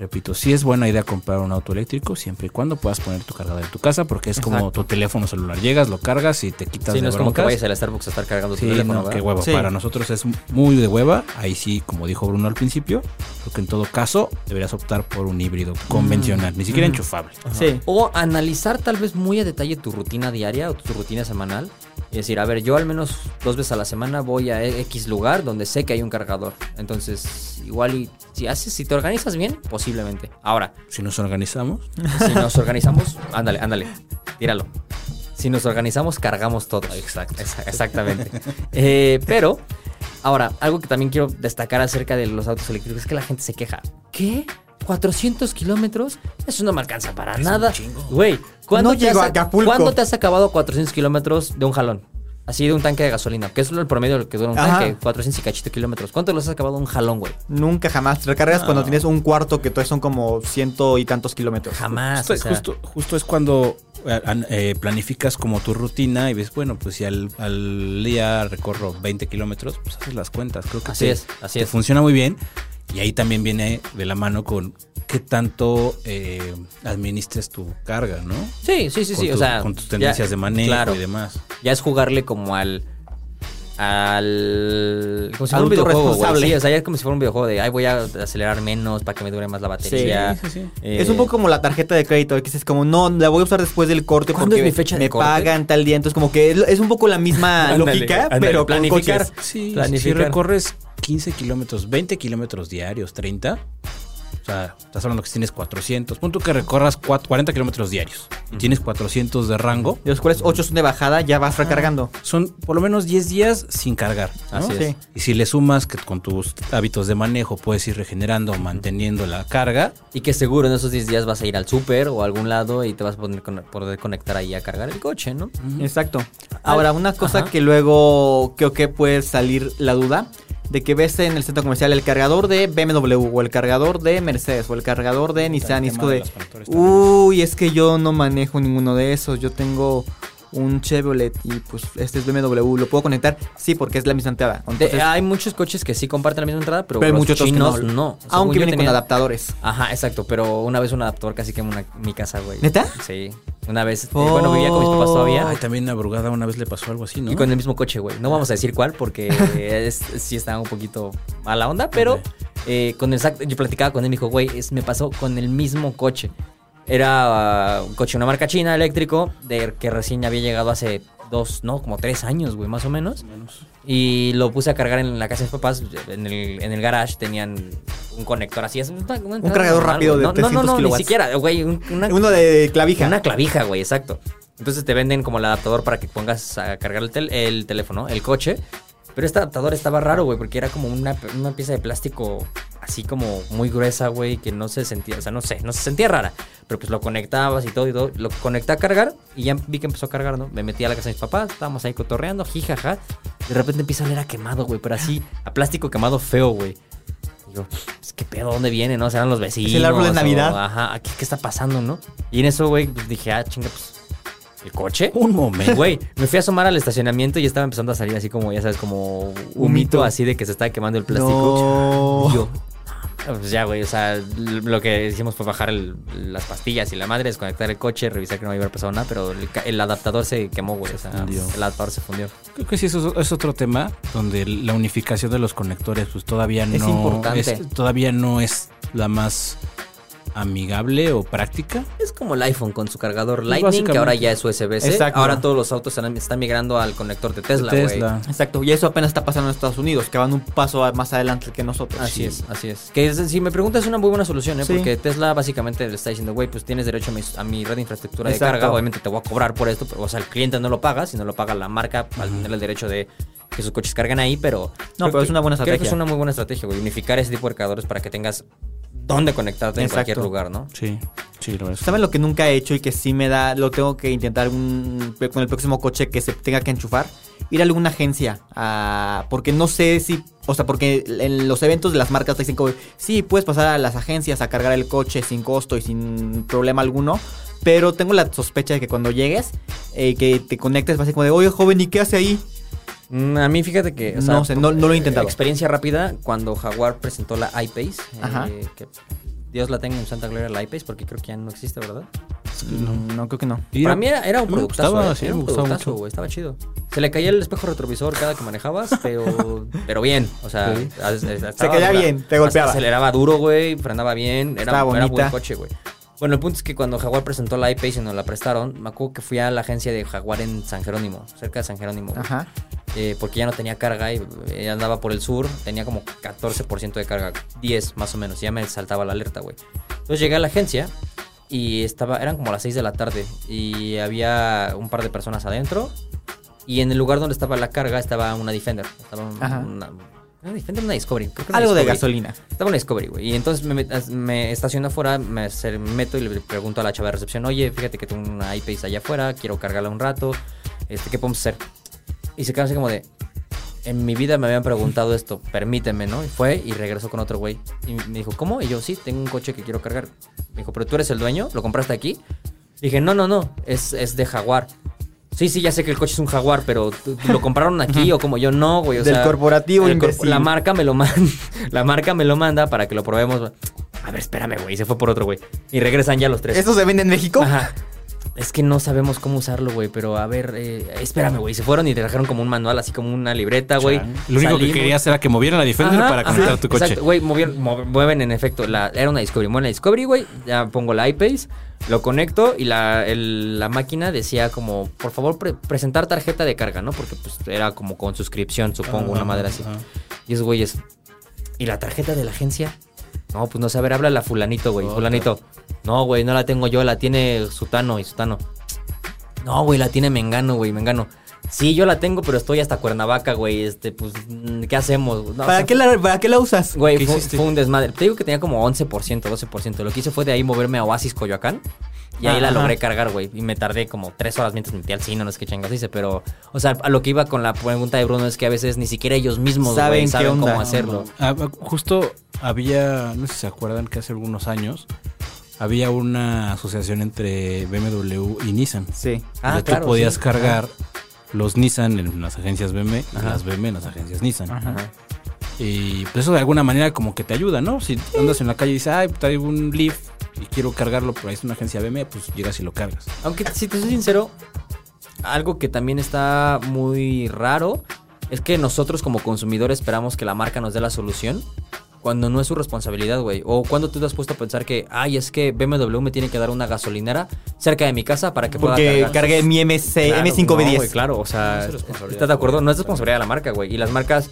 Speaker 4: Repito, sí es buena idea comprar un auto eléctrico siempre y cuando puedas poner tu cargador en tu casa, porque es como tu teléfono celular. Llegas, lo cargas y te quitas
Speaker 1: Sí,
Speaker 4: de
Speaker 1: no es como que
Speaker 4: broncas.
Speaker 1: vayas a la Starbucks a estar cargando
Speaker 4: Sí,
Speaker 1: tu teléfono,
Speaker 4: no,
Speaker 1: ¿verdad?
Speaker 4: qué hueva.
Speaker 3: Sí.
Speaker 4: Para nosotros es muy de hueva. Ahí sí, como dijo Bruno al principio, creo que en todo caso deberías optar por un híbrido convencional, ni siquiera enchufable.
Speaker 3: Sí.
Speaker 1: O analizar tal vez muy a detalle tu rutina diaria o tu rutina semanal. Y decir, a ver, yo al menos dos veces a la semana voy a X lugar donde sé que hay un cargador. Entonces, igual y si haces, si te organizas bien, posiblemente. Ahora,
Speaker 4: Si nos organizamos,
Speaker 1: si nos organizamos, ándale, ándale, tíralo. Si nos organizamos, cargamos todo. Exacto. Exactamente. Eh, pero, ahora, algo que también quiero destacar acerca de los autos eléctricos es que la gente se queja. ¿Qué? ¿400 kilómetros? Eso no me alcanza para nada. Güey, ¿cuándo,
Speaker 3: No
Speaker 1: te
Speaker 3: llego
Speaker 1: has-
Speaker 3: a Acapulco.
Speaker 1: ¿cuándo te has acabado 400 kilómetros de un jalón? Así de un tanque de gasolina, que es el promedio de lo que dura un
Speaker 3: Ajá.
Speaker 1: tanque, 400 y cachito kilómetros. ¿Cuánto los has acabado de un jalón, güey?
Speaker 3: Nunca jamás te recargas cuando tienes un cuarto que todavía son como ciento y tantos kilómetros.
Speaker 1: Jamás.
Speaker 4: justo,
Speaker 1: Ah, o sea.
Speaker 4: justo, justo es cuando eh, an- eh, planificas como tu rutina y ves, bueno, pues si al, al día recorro 20 kilómetros, pues haces las cuentas. Creo que
Speaker 1: Así
Speaker 4: te-
Speaker 1: es, así
Speaker 4: te
Speaker 1: es.
Speaker 4: funciona muy bien. Y ahí también viene de la mano con qué tanto eh, administres tu carga, ¿no?
Speaker 1: Sí, sí, sí,
Speaker 4: con
Speaker 1: sí.
Speaker 4: tu-
Speaker 1: o sea,
Speaker 4: con tus
Speaker 1: ya-
Speaker 4: tendencias de manejo
Speaker 1: claro.
Speaker 4: y demás.
Speaker 1: ya es jugarle como al al como si fuera un videojuego güey.
Speaker 3: Autorresponsable.
Speaker 1: Sí, o sea, ya es como si fuera un videojuego de ay voy a acelerar menos para que me dure más la batería.
Speaker 3: Sí,
Speaker 4: sí, sí.
Speaker 3: es
Speaker 1: Eh.
Speaker 3: un poco como la tarjeta de crédito, que es como, no, la voy a usar después del corte
Speaker 1: ¿Cuándo
Speaker 3: porque
Speaker 1: es mi fecha de
Speaker 3: me
Speaker 1: corte?
Speaker 3: pagan tal día. Entonces, como que es, es un poco la misma
Speaker 1: Ándale,
Speaker 3: lógica,
Speaker 1: ándale,
Speaker 3: pero con
Speaker 1: planificar.
Speaker 3: coches.
Speaker 4: Sí, si
Speaker 1: Planificar.
Speaker 4: recorres 15 kilómetros, 20 kilómetros diarios, 30, o sea, estás hablando que si tienes 400, punto que recorras cuat- 40 kilómetros diarios y tienes 400 de rango,
Speaker 3: De los cuales 8 son de bajada, ya vas recargando.
Speaker 4: son por lo menos 10 días sin cargar. ¿no?
Speaker 1: Así es.
Speaker 3: Sí.
Speaker 4: Y si le sumas que con tus hábitos de manejo puedes ir regenerando, manteniendo la carga,
Speaker 1: Y que seguro en esos 10 días vas a ir al súper o a algún lado y te vas a poner con- poder conectar ahí a cargar el coche, ¿no?
Speaker 3: Exacto. Ahora, una cosa que luego creo que puede salir la duda de que ves en el centro comercial el cargador de BMW o el cargador de Mercedes o el cargador de Nissan y es
Speaker 4: tema
Speaker 3: como
Speaker 4: de
Speaker 3: de,
Speaker 4: los conectores también.
Speaker 3: uy, es que yo no manejo ninguno de esos, yo tengo un Chevrolet y pues este es BMW, ¿lo puedo conectar? Sí, porque es la misma entrada.
Speaker 1: De-
Speaker 3: Entonces,
Speaker 1: hay muchos coches que sí comparten la misma entrada, ah, pero,
Speaker 3: pero hay
Speaker 1: los
Speaker 3: muchos otros que
Speaker 1: chinos
Speaker 3: no.
Speaker 1: no. Según
Speaker 3: Aunque
Speaker 1: yo
Speaker 3: vienen
Speaker 1: tenía-
Speaker 3: con adaptadores.
Speaker 1: Ajá, exacto, pero una vez un adaptador casi quema una- mi casa, güey.
Speaker 3: ¿Neta? Oh.
Speaker 1: Sí. Una vez, eh, bueno, vivía con mis papás todavía.
Speaker 4: ay, también a Brugada una vez le pasó algo así, ¿no?
Speaker 1: Y con el mismo coche, güey. No vamos a decir cuál porque es, sí estaba un poquito a la onda, pero eh, con el sac- yo platicaba con él y me dijo, güey, es- me pasó con el mismo coche. Era ah, un coche, una marca china, eléctrico, de, que recién había llegado hace dos, no, como tres años, güey, más o menos. Y lo puse a cargar en la casa de mis papás, en el, en el garage tenían un conector así. Es un,
Speaker 3: cargador rápido de
Speaker 1: no, no, no,
Speaker 3: 300
Speaker 1: no, ni
Speaker 3: kilowatts.
Speaker 1: siquiera, güey, un- una,
Speaker 3: Uno de clavija.
Speaker 1: una clavija, güey, exacto. Entonces te venden como el adaptador para que pongas a cargar el, tel- el teléfono, el coche. Pero este adaptador estaba raro, güey, porque era como una, una pieza de plástico así como muy gruesa, güey, que no se sentía, o sea, no sé, no se sentía rara. Pero pues lo conectabas y todo y todo. Lo conecté a cargar y ya vi que empezó a cargar, ¿no? Me metí a la casa de mis papás, estábamos ahí cotorreando, jijaja. De repente empieza a oler a quemado, güey, pero así, a plástico quemado feo, güey. Y yo, pues, ¿qué pedo? ¿Dónde viene? ¿No? ¿Serán los vecinos?
Speaker 3: árbol de
Speaker 1: o-
Speaker 3: Navidad?
Speaker 1: ajá, ¿qué, qué está pasando, no? Y en eso, güey, pues, dije, ah, chinga, pues, ¿el coche?
Speaker 4: Un momento.
Speaker 1: Güey, me fui a asomar al estacionamiento y estaba empezando a salir así como, ya sabes, como humito
Speaker 3: Humito.
Speaker 1: así de que se estaba quemando el plástico.
Speaker 3: No.
Speaker 1: Y yo, ah, pues ya, güey, o sea, lo que hicimos fue bajar el- las pastillas y la madre, desconectar el coche, revisar que no había pasado nada, pero el, ca- el adaptador se quemó, güey, o sea,
Speaker 4: fundió.
Speaker 1: el adaptador se fundió.
Speaker 4: Creo que sí, eso es otro tema donde la unificación de los conectores, pues todavía no
Speaker 1: Es importante.
Speaker 4: es- todavía no es la más amigable o práctica.
Speaker 1: Es como el iPhone con su cargador Lightning, que
Speaker 4: básicamente.
Speaker 1: ahora ya es USB-C.
Speaker 3: Exacto.
Speaker 1: Ahora todos los autos están, están migrando al conector de Tesla, güey.
Speaker 4: Tesla.
Speaker 3: Exacto, y eso apenas está pasando en Estados Unidos, que van un paso a- más adelante que nosotros.
Speaker 1: Así
Speaker 3: Sí.
Speaker 1: es, así es. Que es- si me preguntas es una muy buena solución, ¿eh?
Speaker 3: Sí.
Speaker 1: Porque Tesla básicamente le está diciendo, güey, pues tienes derecho a mi, a mi red de infraestructura
Speaker 3: Exacto.
Speaker 1: de carga, obviamente te voy a cobrar por esto, pero, o sea, el cliente no lo paga, sino lo paga la marca al tener el derecho de que sus coches carguen ahí, pero...
Speaker 3: No,
Speaker 1: creo
Speaker 3: pero es
Speaker 1: que-
Speaker 3: una buena
Speaker 1: Creo que es
Speaker 3: estrategia.
Speaker 1: una muy buena estrategia, güey, unificar ese tipo de cargadores para que tengas dónde conectarte en
Speaker 3: Exacto.
Speaker 1: cualquier lugar, ¿no?
Speaker 4: Sí, sí, lo es.
Speaker 3: ¿Saben lo que nunca he hecho y que sí me da, lo tengo que intentar algún- con el próximo coche que se tenga que enchufar? Ir a alguna agencia, a- porque no sé si, o sea, porque en los eventos de las marcas te dicen como, sí, puedes pasar a las agencias a cargar el coche sin costo y sin problema alguno, pero tengo la sospecha de que cuando llegues, eh, que te conectes, vas a ser como de, oye, joven, ¿y qué hace ahí?
Speaker 1: Mm, A mí fíjate que... o
Speaker 3: No
Speaker 1: sea,
Speaker 3: sé, no- no lo he intentado.
Speaker 1: Experiencia rápida, cuando Jaguar presentó la iPace, eh,
Speaker 3: Ajá.
Speaker 1: que Dios la tenga en Santa Gloria la iPace, porque creo que ya no existe, ¿verdad?
Speaker 3: No. creo que no.
Speaker 4: Y
Speaker 1: Para mí era, era un
Speaker 4: me
Speaker 1: productazo.
Speaker 4: gustaba,
Speaker 1: eh,
Speaker 4: sí,
Speaker 1: era un
Speaker 4: me gustaba
Speaker 1: productazo,
Speaker 4: mucho.
Speaker 1: güey, Estaba chido. Se le caía el espejo retrovisor cada que manejabas, pero, pero bien. O sea, as- as- estaba-
Speaker 3: caía
Speaker 1: dura-
Speaker 3: bien, te golpeaba.
Speaker 1: Aceleraba duro, güey. Frenaba bien. Era,
Speaker 3: Estaba
Speaker 1: era
Speaker 3: bonita.
Speaker 1: buen coche, güey. Bueno, el punto es que cuando Jaguar presentó la iPace y nos la prestaron, me acuerdo que fui a la agencia de Jaguar en San Jerónimo, cerca de San Jerónimo. güey.
Speaker 3: Ajá.
Speaker 1: Eh, porque ya no tenía carga y eh, andaba por el sur, tenía como 14% de carga, 10 más o menos, y ya me saltaba la alerta, güey. Entonces llegué a la agencia y estaba, eran como las 6 de la tarde y había un par de personas adentro y en el lugar donde estaba la carga estaba una Defender, estaba un-
Speaker 3: Ajá.
Speaker 1: una, una Defender, una Discovery, creo que una
Speaker 3: Algo de
Speaker 1: Discovery.
Speaker 3: gasolina.
Speaker 1: Estaba en la Discovery, güey. Y entonces me, met- me estaciono afuera, me acer- me meto y le pregunto a la chava de recepción, oye, fíjate que tengo una iPace allá afuera, quiero cargarla un rato, este, ¿qué podemos hacer? Y se quedan así como de, en mi vida me habían preguntado esto, permíteme, ¿no? Y fue y regresó con otro güey. Y me dijo, ¿cómo? Y yo, sí, tengo un coche que quiero cargar. Me dijo, ¿pero tú eres el dueño? ¿Lo compraste aquí? Dije, no, no, no, es, es de Jaguar. Sí, sí, ya sé que el coche es un Jaguar, pero ¿tú- tú ¿lo compraron aquí o como yo? No, güey, o
Speaker 3: Del
Speaker 1: sea,
Speaker 3: corporativo,
Speaker 1: el cor-
Speaker 3: imbécil.
Speaker 1: La marca me lo manda, la marca me lo manda para que lo probemos. A ver, espérame, güey, se fue por otro güey. Y regresan ya los tres.
Speaker 3: ¿Esto se vende en México?
Speaker 1: Ajá. Es que no sabemos cómo usarlo, güey, pero a ver, eh, espérame, güey. Se fueron y trajeron como un manual, así como una libreta, güey.
Speaker 4: Lo único que
Speaker 1: Salimos-
Speaker 4: querías era que movieran la Defender
Speaker 1: Ajá,
Speaker 4: para
Speaker 1: ajá,
Speaker 4: conectar tu coche.
Speaker 1: Exacto, güey, movieron- mov- mueven en efecto. La, era una Discovery. Mueven la Discovery, güey. Ya pongo la iPace, lo conecto y la, el- la máquina decía como, por favor, pre- presentar tarjeta de carga, ¿no? Porque pues era como con suscripción, supongo, una madre así.
Speaker 4: ajá.
Speaker 1: Y esos güeyes. ¿Y la tarjeta de la agencia? No, pues no sé, a ver, habla la fulanito, güey. fulanito. No, güey, no la tengo yo, la tiene Sutano y Sutano. No, güey, la tiene Mengano, güey, Mengano. Sí, yo la tengo, pero estoy hasta Cuernavaca, güey. Este, pues, mm, ¿qué hacemos? No, o
Speaker 3: ¿Para,
Speaker 1: sea,
Speaker 3: qué la, ¿Para qué la usas?
Speaker 1: Güey,
Speaker 4: ¿Qué
Speaker 1: fue,
Speaker 4: hiciste?
Speaker 1: fue un desmadre. Te digo que tenía como 11%, 12%. Lo que hice fue de ahí moverme a Oasis Coyoacán. Y ahí la
Speaker 3: Ajá.
Speaker 1: logré cargar, güey. Y me tardé como tres horas mientras metí al cine, no sé qué chingas hice. Pero, o sea, a lo que iba con la pregunta de Bruno es que a veces ni siquiera ellos mismos saben,
Speaker 3: Saben qué
Speaker 1: saben
Speaker 3: onda.
Speaker 1: cómo hacerlo.
Speaker 4: Ah, Justo había, no sé si se acuerdan que hace algunos años había una asociación entre BMW y Nissan.
Speaker 3: Sí.
Speaker 1: Ah,
Speaker 4: donde
Speaker 1: claro,
Speaker 4: tú podías
Speaker 1: sí.
Speaker 4: cargar los Nissan en las agencias BMW y las BMW en las agencias Nissan. Y pues eso de alguna manera como que te ayuda, ¿no? Si andas en la calle y dices, ay, traigo un Leaf y quiero cargarlo, pero ahí es una agencia BMW, pues llegas y lo cargas.
Speaker 1: Aunque, si te soy sincero, algo que también está muy raro es que nosotros como consumidores esperamos que la marca nos dé la solución cuando no es su responsabilidad, güey. O cuando tú te has puesto a pensar que, ay, es que BMW me tiene que dar una gasolinera cerca de mi casa para que
Speaker 3: Porque
Speaker 1: pueda cargar.
Speaker 3: cargué mi MC,
Speaker 1: Claro,
Speaker 3: M5B10.
Speaker 1: no, güey, claro, o sea, ¿estás de acuerdo? No es responsabilidad de la marca, güey. Y las marcas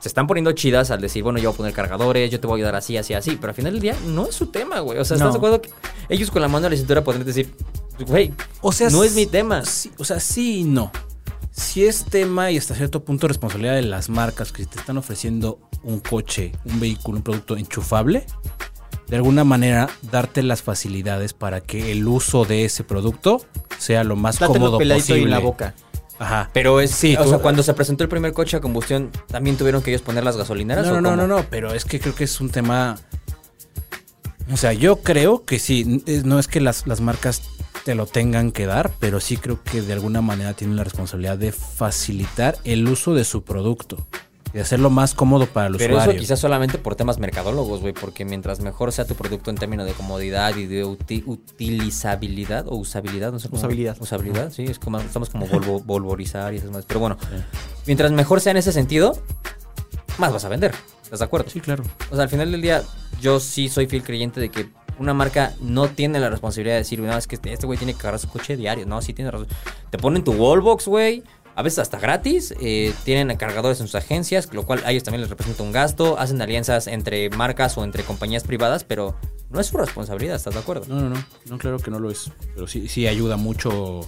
Speaker 1: se están poniendo chidas al decir, bueno, yo voy a poner cargadores, yo te voy a ayudar así, así, así. Pero al final del día no es su tema, güey. O sea, ¿estás
Speaker 3: No.
Speaker 1: de acuerdo? Que ellos con la mano en la cintura podrían decir, güey,
Speaker 4: O sea,
Speaker 1: no es
Speaker 4: sí-
Speaker 1: mi tema.
Speaker 4: sí, o sea, sí y no. Si es tema y hasta cierto punto responsabilidad de las marcas que te están ofreciendo un coche, un vehículo, un producto enchufable, de alguna manera darte las facilidades para que el uso de ese producto sea lo más
Speaker 3: Dátelo
Speaker 4: cómodo
Speaker 3: peladito
Speaker 4: posible.
Speaker 3: en la boca.
Speaker 4: Ajá.
Speaker 1: Pero es,
Speaker 4: Sí,
Speaker 1: o
Speaker 4: tú-
Speaker 1: sea, cuando se presentó el primer coche a combustión, ¿también tuvieron que ellos poner las gasolineras?
Speaker 4: No,
Speaker 1: o
Speaker 4: no,
Speaker 1: cómo?
Speaker 4: no, no, no, pero es que creo que es un tema. O sea, yo creo que sí, n- es- no es que las, las marcas te lo tengan que dar, pero sí creo que de alguna manera tienen la responsabilidad de facilitar el uso de su producto, de hacerlo más cómodo para el
Speaker 1: Pero
Speaker 4: usuario.
Speaker 1: eso quizás solamente por temas mercadólogos, güey, porque mientras mejor sea tu producto en términos de comodidad y de uti- utilizabilidad o usabilidad, no sé cómo.
Speaker 3: Usabilidad.
Speaker 1: Usabilidad, sí, es como, estamos como volvo, volvorizar y esas más. Pero bueno, mientras mejor sea en ese sentido, más vas a vender. ¿Estás de acuerdo?
Speaker 4: Sí, claro.
Speaker 1: O sea, al final del día, yo sí soy fiel creyente de que una marca no tiene la responsabilidad de decir, no, es que este este güey tiene que cargar su coche diario. No, sí tiene razón. Te ponen tu wallbox, güey. A veces hasta gratis, eh, tienen cargadores en sus agencias, lo cual a ellos también les representa un gasto, hacen alianzas entre marcas o entre compañías privadas, pero no es su responsabilidad, ¿estás de acuerdo?
Speaker 4: No, no, no, no, claro que no lo es. Pero sí, sí ayuda mucho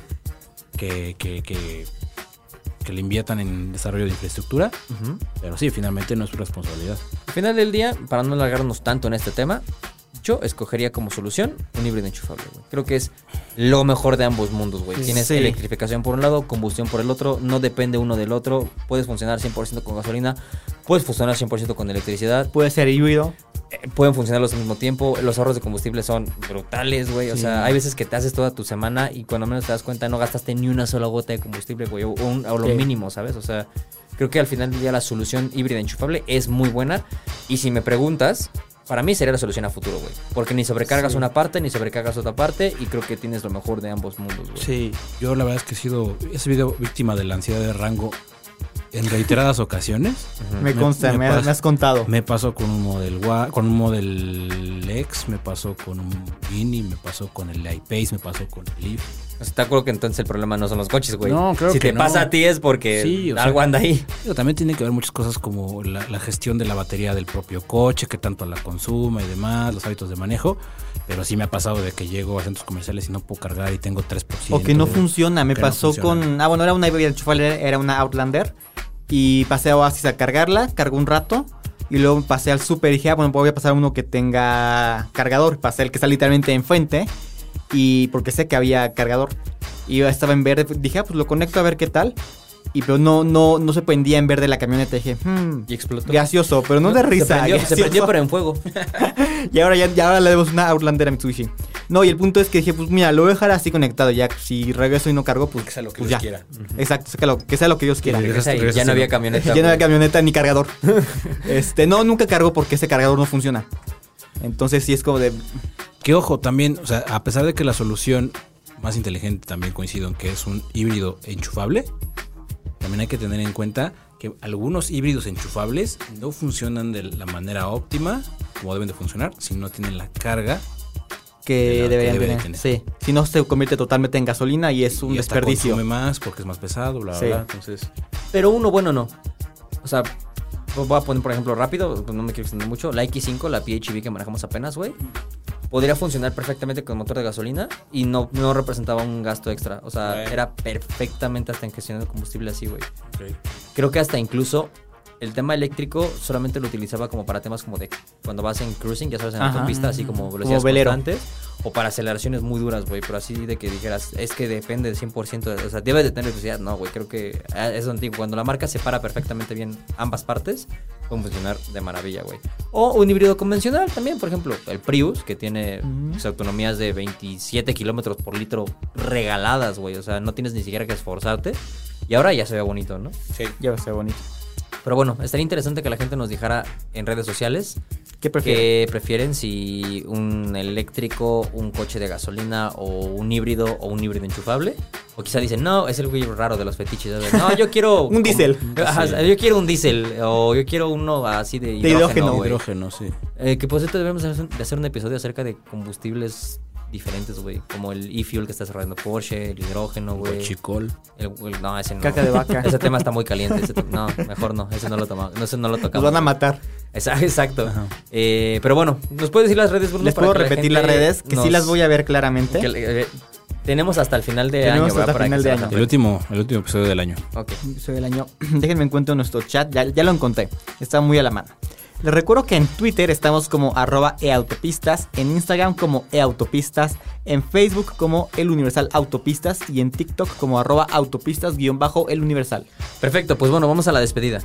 Speaker 4: que, que, que, que le inviertan en desarrollo de infraestructura, pero sí, finalmente no es su responsabilidad.
Speaker 1: Al final del día, para no alargarnos tanto en este tema, yo escogería como solución un híbrido enchufable, güey. Creo que es lo mejor de ambos mundos, güey. Tienes
Speaker 3: Sí.
Speaker 1: electrificación por un lado, combustión por el otro, no depende uno del otro, puedes funcionar 100% con gasolina, puedes funcionar 100% con electricidad,
Speaker 3: Puede ser híbrido.
Speaker 1: eh, pueden funcionar los al mismo tiempo, los ahorros de combustible son brutales, güey. O sea, hay veces que te haces toda tu semana y cuando menos te das cuenta no gastaste ni una sola gota de combustible, güey, o, un- o lo
Speaker 3: Sí.
Speaker 1: mínimo, ¿sabes? O sea, creo que al final del día la solución híbrida enchufable es muy buena. Y si me preguntas, Para mí sería la solución a futuro, güey. Porque ni sobrecargas una parte, ni sobrecargas otra parte. Y creo que tienes lo mejor de ambos mundos, güey.
Speaker 4: Sí, yo la verdad es que he sido, he sido víctima de la ansiedad de rango en reiteradas ocasiones.
Speaker 3: Me consta,
Speaker 4: me
Speaker 3: me, has-
Speaker 4: pasa.
Speaker 3: me has contado.
Speaker 4: Me pasó con un Model Y, con un Model X, me pasó con un Mini, me pasó con el iPace, me pasó con el Leaf.
Speaker 1: O sea, te acuerdo que entonces el problema no son los coches, güey.
Speaker 4: No, claro
Speaker 1: si
Speaker 4: que
Speaker 1: te
Speaker 4: no.
Speaker 1: pasa a ti es porque
Speaker 4: Sí, o sea-
Speaker 1: algo anda ahí.
Speaker 4: Digo, también tiene que ver muchas cosas como la, la gestión de la batería del propio coche, que tanto la consuma y demás, los hábitos de manejo. Pero sí me ha pasado de que llego a centros comerciales y no puedo cargar y tengo 3%.
Speaker 3: o que no funciona. Me
Speaker 4: que no
Speaker 3: pasó
Speaker 4: funciona.
Speaker 3: con. Ah, bueno, era una híbrida enchufable, era una Outlander. Y pasé a Oasis a cargarla, cargó un rato. Y luego pasé al Super y dije, ah, bueno, voy a pasar a uno que tenga cargador. Pasé el que está literalmente enfrente. Y porque sé que había cargador. Y yo estaba en verde. Dije, ah, pues lo conecto a ver qué tal. Y pero no, no, no se prendía en verde la camioneta. Dije, hmm,
Speaker 1: Y explotó.
Speaker 3: gracioso, pero no de
Speaker 1: se
Speaker 3: risa.
Speaker 1: prendió, se
Speaker 3: gracioso.
Speaker 1: prendió, pero en fuego.
Speaker 3: Y ahora ya, ya ahora le debemos una Outlander a Mitsubishi. No, y el punto es que dije, pues mira, lo voy a dejar así conectado. Ya, si regreso y no cargo, pues.
Speaker 4: Que sea lo que
Speaker 3: pues,
Speaker 4: Dios
Speaker 3: ya.
Speaker 4: quiera.
Speaker 3: Exacto, que, lo- que sea lo que Dios quiera.
Speaker 4: Y
Speaker 1: Regresa y
Speaker 4: regresa
Speaker 1: ya no
Speaker 4: cero.
Speaker 1: había camioneta.
Speaker 3: Ya
Speaker 1: güey.
Speaker 3: no hay camioneta ni cargador. este, no, nunca cargo porque ese cargador no funciona. Entonces sí es como de.
Speaker 4: Que ojo, también, o sea, a pesar de que la solución más inteligente también coincido en que es un híbrido enchufable, también hay que tener en cuenta que algunos híbridos enchufables no funcionan de la manera óptima como deben de funcionar si no tienen la carga
Speaker 3: Que
Speaker 4: Que no, que
Speaker 3: deberían
Speaker 4: debería
Speaker 3: tener.
Speaker 4: tener.
Speaker 3: Sí. Si no se convierte totalmente en gasolina y es un
Speaker 4: y hasta
Speaker 3: desperdicio.
Speaker 4: consume más porque es más pesado, bla, bla,
Speaker 3: Sí.
Speaker 4: bla. Entonces,
Speaker 1: Pero uno bueno no. O sea, pues voy a poner, por ejemplo, rápido, pues no me quiero extender mucho. La X5, la PHEV que manejamos apenas, güey. Podría funcionar perfectamente con motor de gasolina y no, no representaba un gasto extra. O sea,
Speaker 4: Bueno.
Speaker 1: era perfectamente hasta en gestión de combustible así, güey. Creo que hasta incluso el tema eléctrico solamente lo utilizaba como para temas como de cuando vas en cruising, ya sabes, en
Speaker 3: Ajá.
Speaker 1: autopista, así como velocidades
Speaker 3: velero.
Speaker 1: constantes, o para aceleraciones muy duras, güey, pero así de que dijeras, es que depende del 100%, de- o sea, debes de tener velocidad, no, güey, creo que eh, es donde digo, cuando la marca separa perfectamente bien ambas partes, puede funcionar de maravilla, güey. O un híbrido convencional también, por ejemplo, el Prius, que tiene pues, autonomías de 27 kilómetros por litro regaladas, güey, o sea, no tienes ni siquiera que esforzarte, y ahora ya se ve bonito, ¿no?
Speaker 3: Ya va a ser bonito.
Speaker 1: Pero bueno, estaría interesante que la gente nos dijera en redes sociales
Speaker 3: ¿Qué
Speaker 1: qué
Speaker 3: prefieres?
Speaker 1: prefieren si un eléctrico, un coche de gasolina o un híbrido o un híbrido enchufable. O quizá dicen, no, es el güey raro de los fetiches. ¿sabes? No, yo quiero...
Speaker 3: Un diésel.
Speaker 1: Ajá, Yo quiero un diésel o yo quiero uno así de hidrógeno.
Speaker 3: hidrógeno.
Speaker 1: güey.
Speaker 4: hidrógeno, sí.
Speaker 1: Eh, que por cierto debemos hacer- de hacer un episodio acerca de combustibles diferentes, güey. Como el e-fuel que está cerrando Porsche, el hidrógeno, güey.
Speaker 4: Chicol.
Speaker 1: El- el- no, ese no.
Speaker 3: Caca de vaca.
Speaker 1: Ese tema está muy caliente. ese te- no, mejor no. Ese no lo, toma, no, ese no lo
Speaker 3: Nos
Speaker 1: tocamos.
Speaker 3: van a matar.
Speaker 1: Esa- Exacto. Eh, pero bueno, ¿nos puedes decir las redes,
Speaker 4: Pues
Speaker 1: Bruno?
Speaker 3: Les
Speaker 1: para
Speaker 3: puedo
Speaker 1: que la
Speaker 3: repetir las
Speaker 1: gente
Speaker 3: redes, que sí
Speaker 1: nos-
Speaker 3: las voy a ver claramente.
Speaker 1: que le- eh, tenemos hasta el final de
Speaker 3: Tenemos
Speaker 1: año. ¿verdad?
Speaker 3: hasta
Speaker 1: Para que
Speaker 3: final
Speaker 1: se
Speaker 3: de
Speaker 1: las
Speaker 3: año.
Speaker 1: aprendan.
Speaker 4: El último, el último episodio del año.
Speaker 1: Ok.
Speaker 3: Soy del año. Déjenme encuentro nuestro chat. Ya, ya lo encontré. Está muy a la mano. Les recuerdo que en Twitter estamos como arroba eautopistas, en Instagram como eautopistas, en Facebook como el Universal Autopistas y en TikTok como arroba autopistas guión bajo el Universal.
Speaker 1: Perfecto, pues bueno, vamos a la despedida.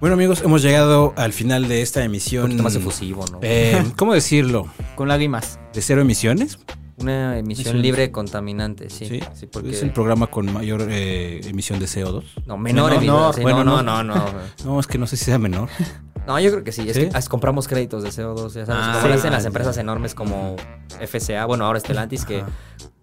Speaker 4: Bueno, amigos, hemos llegado al final de esta
Speaker 1: Un
Speaker 4: emisión.
Speaker 1: poquito
Speaker 3: Mm.
Speaker 1: más efusivo, ¿no?
Speaker 4: Eh, ¿Cómo decirlo?
Speaker 3: Con lágrimas.
Speaker 4: ¿De cero emisiones?
Speaker 1: Una emisión
Speaker 4: sí.
Speaker 1: libre de contaminante, sí.
Speaker 4: Sí,
Speaker 1: Sí, porque...
Speaker 4: es el programa con mayor eh, emisión de CO2.
Speaker 1: No, menor,
Speaker 4: Menor,
Speaker 1: evidente, sí,
Speaker 4: bueno,
Speaker 1: no, no,
Speaker 4: no.
Speaker 1: no, no.
Speaker 4: No, es que no sé si sea menor.
Speaker 1: No, yo creo que sí. Es
Speaker 4: ¿Sí?
Speaker 1: que as- compramos créditos de CO2, ya sabes.
Speaker 4: Ah,
Speaker 1: como lo hacen
Speaker 4: sí.
Speaker 1: las empresas enormes como FCA, bueno, ahora Stellantis, que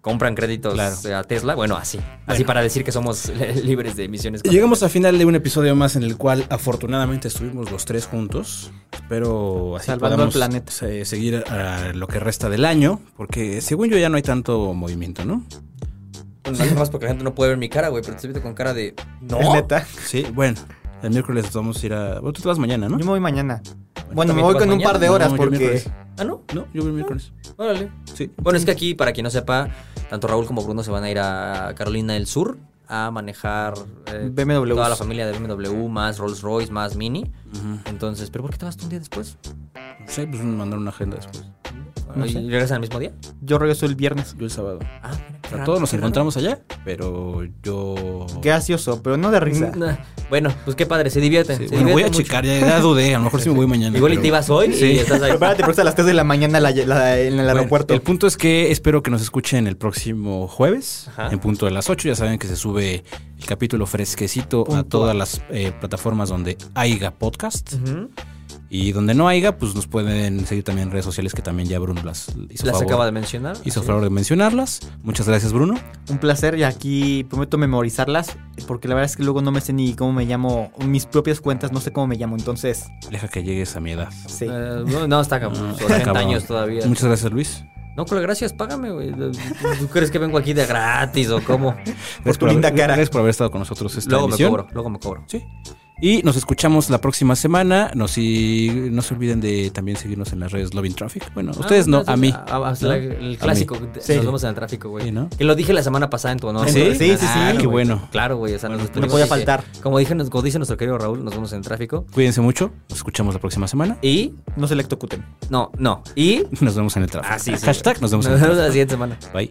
Speaker 1: compran créditos
Speaker 4: Claro.
Speaker 1: a Tesla. Bueno, así. Así para decir que somos libres de emisiones.
Speaker 4: Llegamos al final de un episodio más en el cual afortunadamente estuvimos los tres juntos. Espero así
Speaker 3: Salvando
Speaker 4: podamos
Speaker 3: al planeta.
Speaker 4: se- seguir a lo que resta del año, porque según yo ya no hay tanto movimiento, ¿no?
Speaker 1: Bueno, no más porque la gente no puede ver mi cara, güey, pero te estoy viendo con cara de. No.
Speaker 3: Es neta.
Speaker 4: Sí, bueno, el miércoles vamos a ir a... Bueno, tú te vas mañana, ¿no?
Speaker 3: Yo me voy mañana. Bueno, me
Speaker 1: ¿también
Speaker 3: voy
Speaker 1: te
Speaker 3: con
Speaker 1: vas
Speaker 3: un par de
Speaker 1: mañana?
Speaker 4: No,
Speaker 3: horas
Speaker 4: yo
Speaker 3: porque...
Speaker 4: miércoles.
Speaker 1: Ah, no.
Speaker 4: No, yo voy el miércoles.
Speaker 1: Órale.
Speaker 4: Sí.
Speaker 1: Bueno, es que aquí, para quien no sepa, tanto Raúl como Bruno se van a ir a Carolina del Sur a manejar eh,
Speaker 3: BMWs.
Speaker 1: toda la familia de BMW, más Rolls Royce, más Mini. Entonces, ¿pero por qué te vas tú un día después?
Speaker 4: Sí, pues me mandaron una agenda después.
Speaker 1: ¿Y regresas al mismo día?
Speaker 3: Yo regreso el viernes.
Speaker 4: Yo el sábado.
Speaker 1: Ah, mira.
Speaker 4: sea,
Speaker 1: raro,
Speaker 4: todos nos
Speaker 1: qué raro.
Speaker 4: encontramos allá, pero yo...
Speaker 3: Gracioso, pero no de risa.
Speaker 1: Nah. Bueno, pues qué padre, se divierten.
Speaker 4: Sí,
Speaker 1: se
Speaker 4: Este, bueno, voy a
Speaker 1: divierten mucho.
Speaker 4: checar, ya, ya dudé, a lo mejor sí me voy mañana.
Speaker 1: Igual y
Speaker 4: pero-
Speaker 1: te ibas hoy
Speaker 4: Sí.
Speaker 1: y estás ahí.
Speaker 3: Prepárate porque es a las 3 de la mañana la- la- en el
Speaker 4: Bueno,
Speaker 3: aeropuerto.
Speaker 4: El punto es que espero que nos escuchen el próximo jueves,
Speaker 1: Ajá.
Speaker 4: en punto de las 8. Ya saben que se sube el capítulo fresquecito a todas las eh, plataformas donde haya podcast. Y donde no haya, pues nos pueden seguir también en redes sociales que también ya Bruno las hizo
Speaker 1: Las
Speaker 4: favor-
Speaker 1: acaba de mencionar.
Speaker 4: Hizo favor de mencionarlas. Muchas gracias, Bruno.
Speaker 3: Un placer y aquí prometo memorizarlas porque la verdad es que luego no me sé ni cómo me llamo, mis propias cuentas no sé cómo me llamo, entonces
Speaker 4: Deja que llegues a mi edad.
Speaker 3: sí.
Speaker 1: Eh, no, no, está
Speaker 4: Ah,
Speaker 1: cabrón.
Speaker 4: está
Speaker 1: 80
Speaker 4: cabrón.
Speaker 1: años todavía.
Speaker 4: Muchas gracias, Luis.
Speaker 1: No, pero gracias, págame, güey. ¿Tú crees que vengo aquí de gratis o cómo?
Speaker 4: Gracias
Speaker 3: tu linda
Speaker 4: haber,
Speaker 3: cara.
Speaker 4: Gracias por haber estado con nosotros esta
Speaker 1: Luego me
Speaker 4: emisión.
Speaker 1: cobro, luego me cobro.
Speaker 4: Sí. Y nos escuchamos la próxima semana. No, si, no se olviden de también seguirnos en las redes Loving Traffic.
Speaker 1: Ah,
Speaker 4: Bueno, ustedes no, a mí. ¿no?
Speaker 1: el
Speaker 4: A
Speaker 1: clásico,
Speaker 4: mí.
Speaker 3: Sí.
Speaker 1: nos vemos en el tráfico, güey.
Speaker 4: Sí, ¿no?
Speaker 1: Que lo dije la semana pasada en tu honor.
Speaker 4: ¿Sí?
Speaker 1: güey.
Speaker 4: Sí, sí, sí.
Speaker 1: Claro,
Speaker 4: Qué
Speaker 1: güey.
Speaker 4: bueno. pues,
Speaker 1: Claro, güey. O sea, nos despedimos
Speaker 3: podía
Speaker 1: así que,
Speaker 3: faltar.
Speaker 1: como, dije, nos- como dice nuestro querido Raúl, nos vemos en el tráfico.
Speaker 4: Cuídense mucho. Nos escuchamos la próxima semana.
Speaker 1: Y,
Speaker 3: No se electrocuten.
Speaker 1: no, no. Y
Speaker 4: Nos vemos en el tráfico.
Speaker 1: Así, Ah, sí.
Speaker 4: Hashtag nos vemos
Speaker 1: nos
Speaker 4: en el
Speaker 1: vemos la
Speaker 4: tráfico.
Speaker 1: siguiente semana.
Speaker 4: Bye.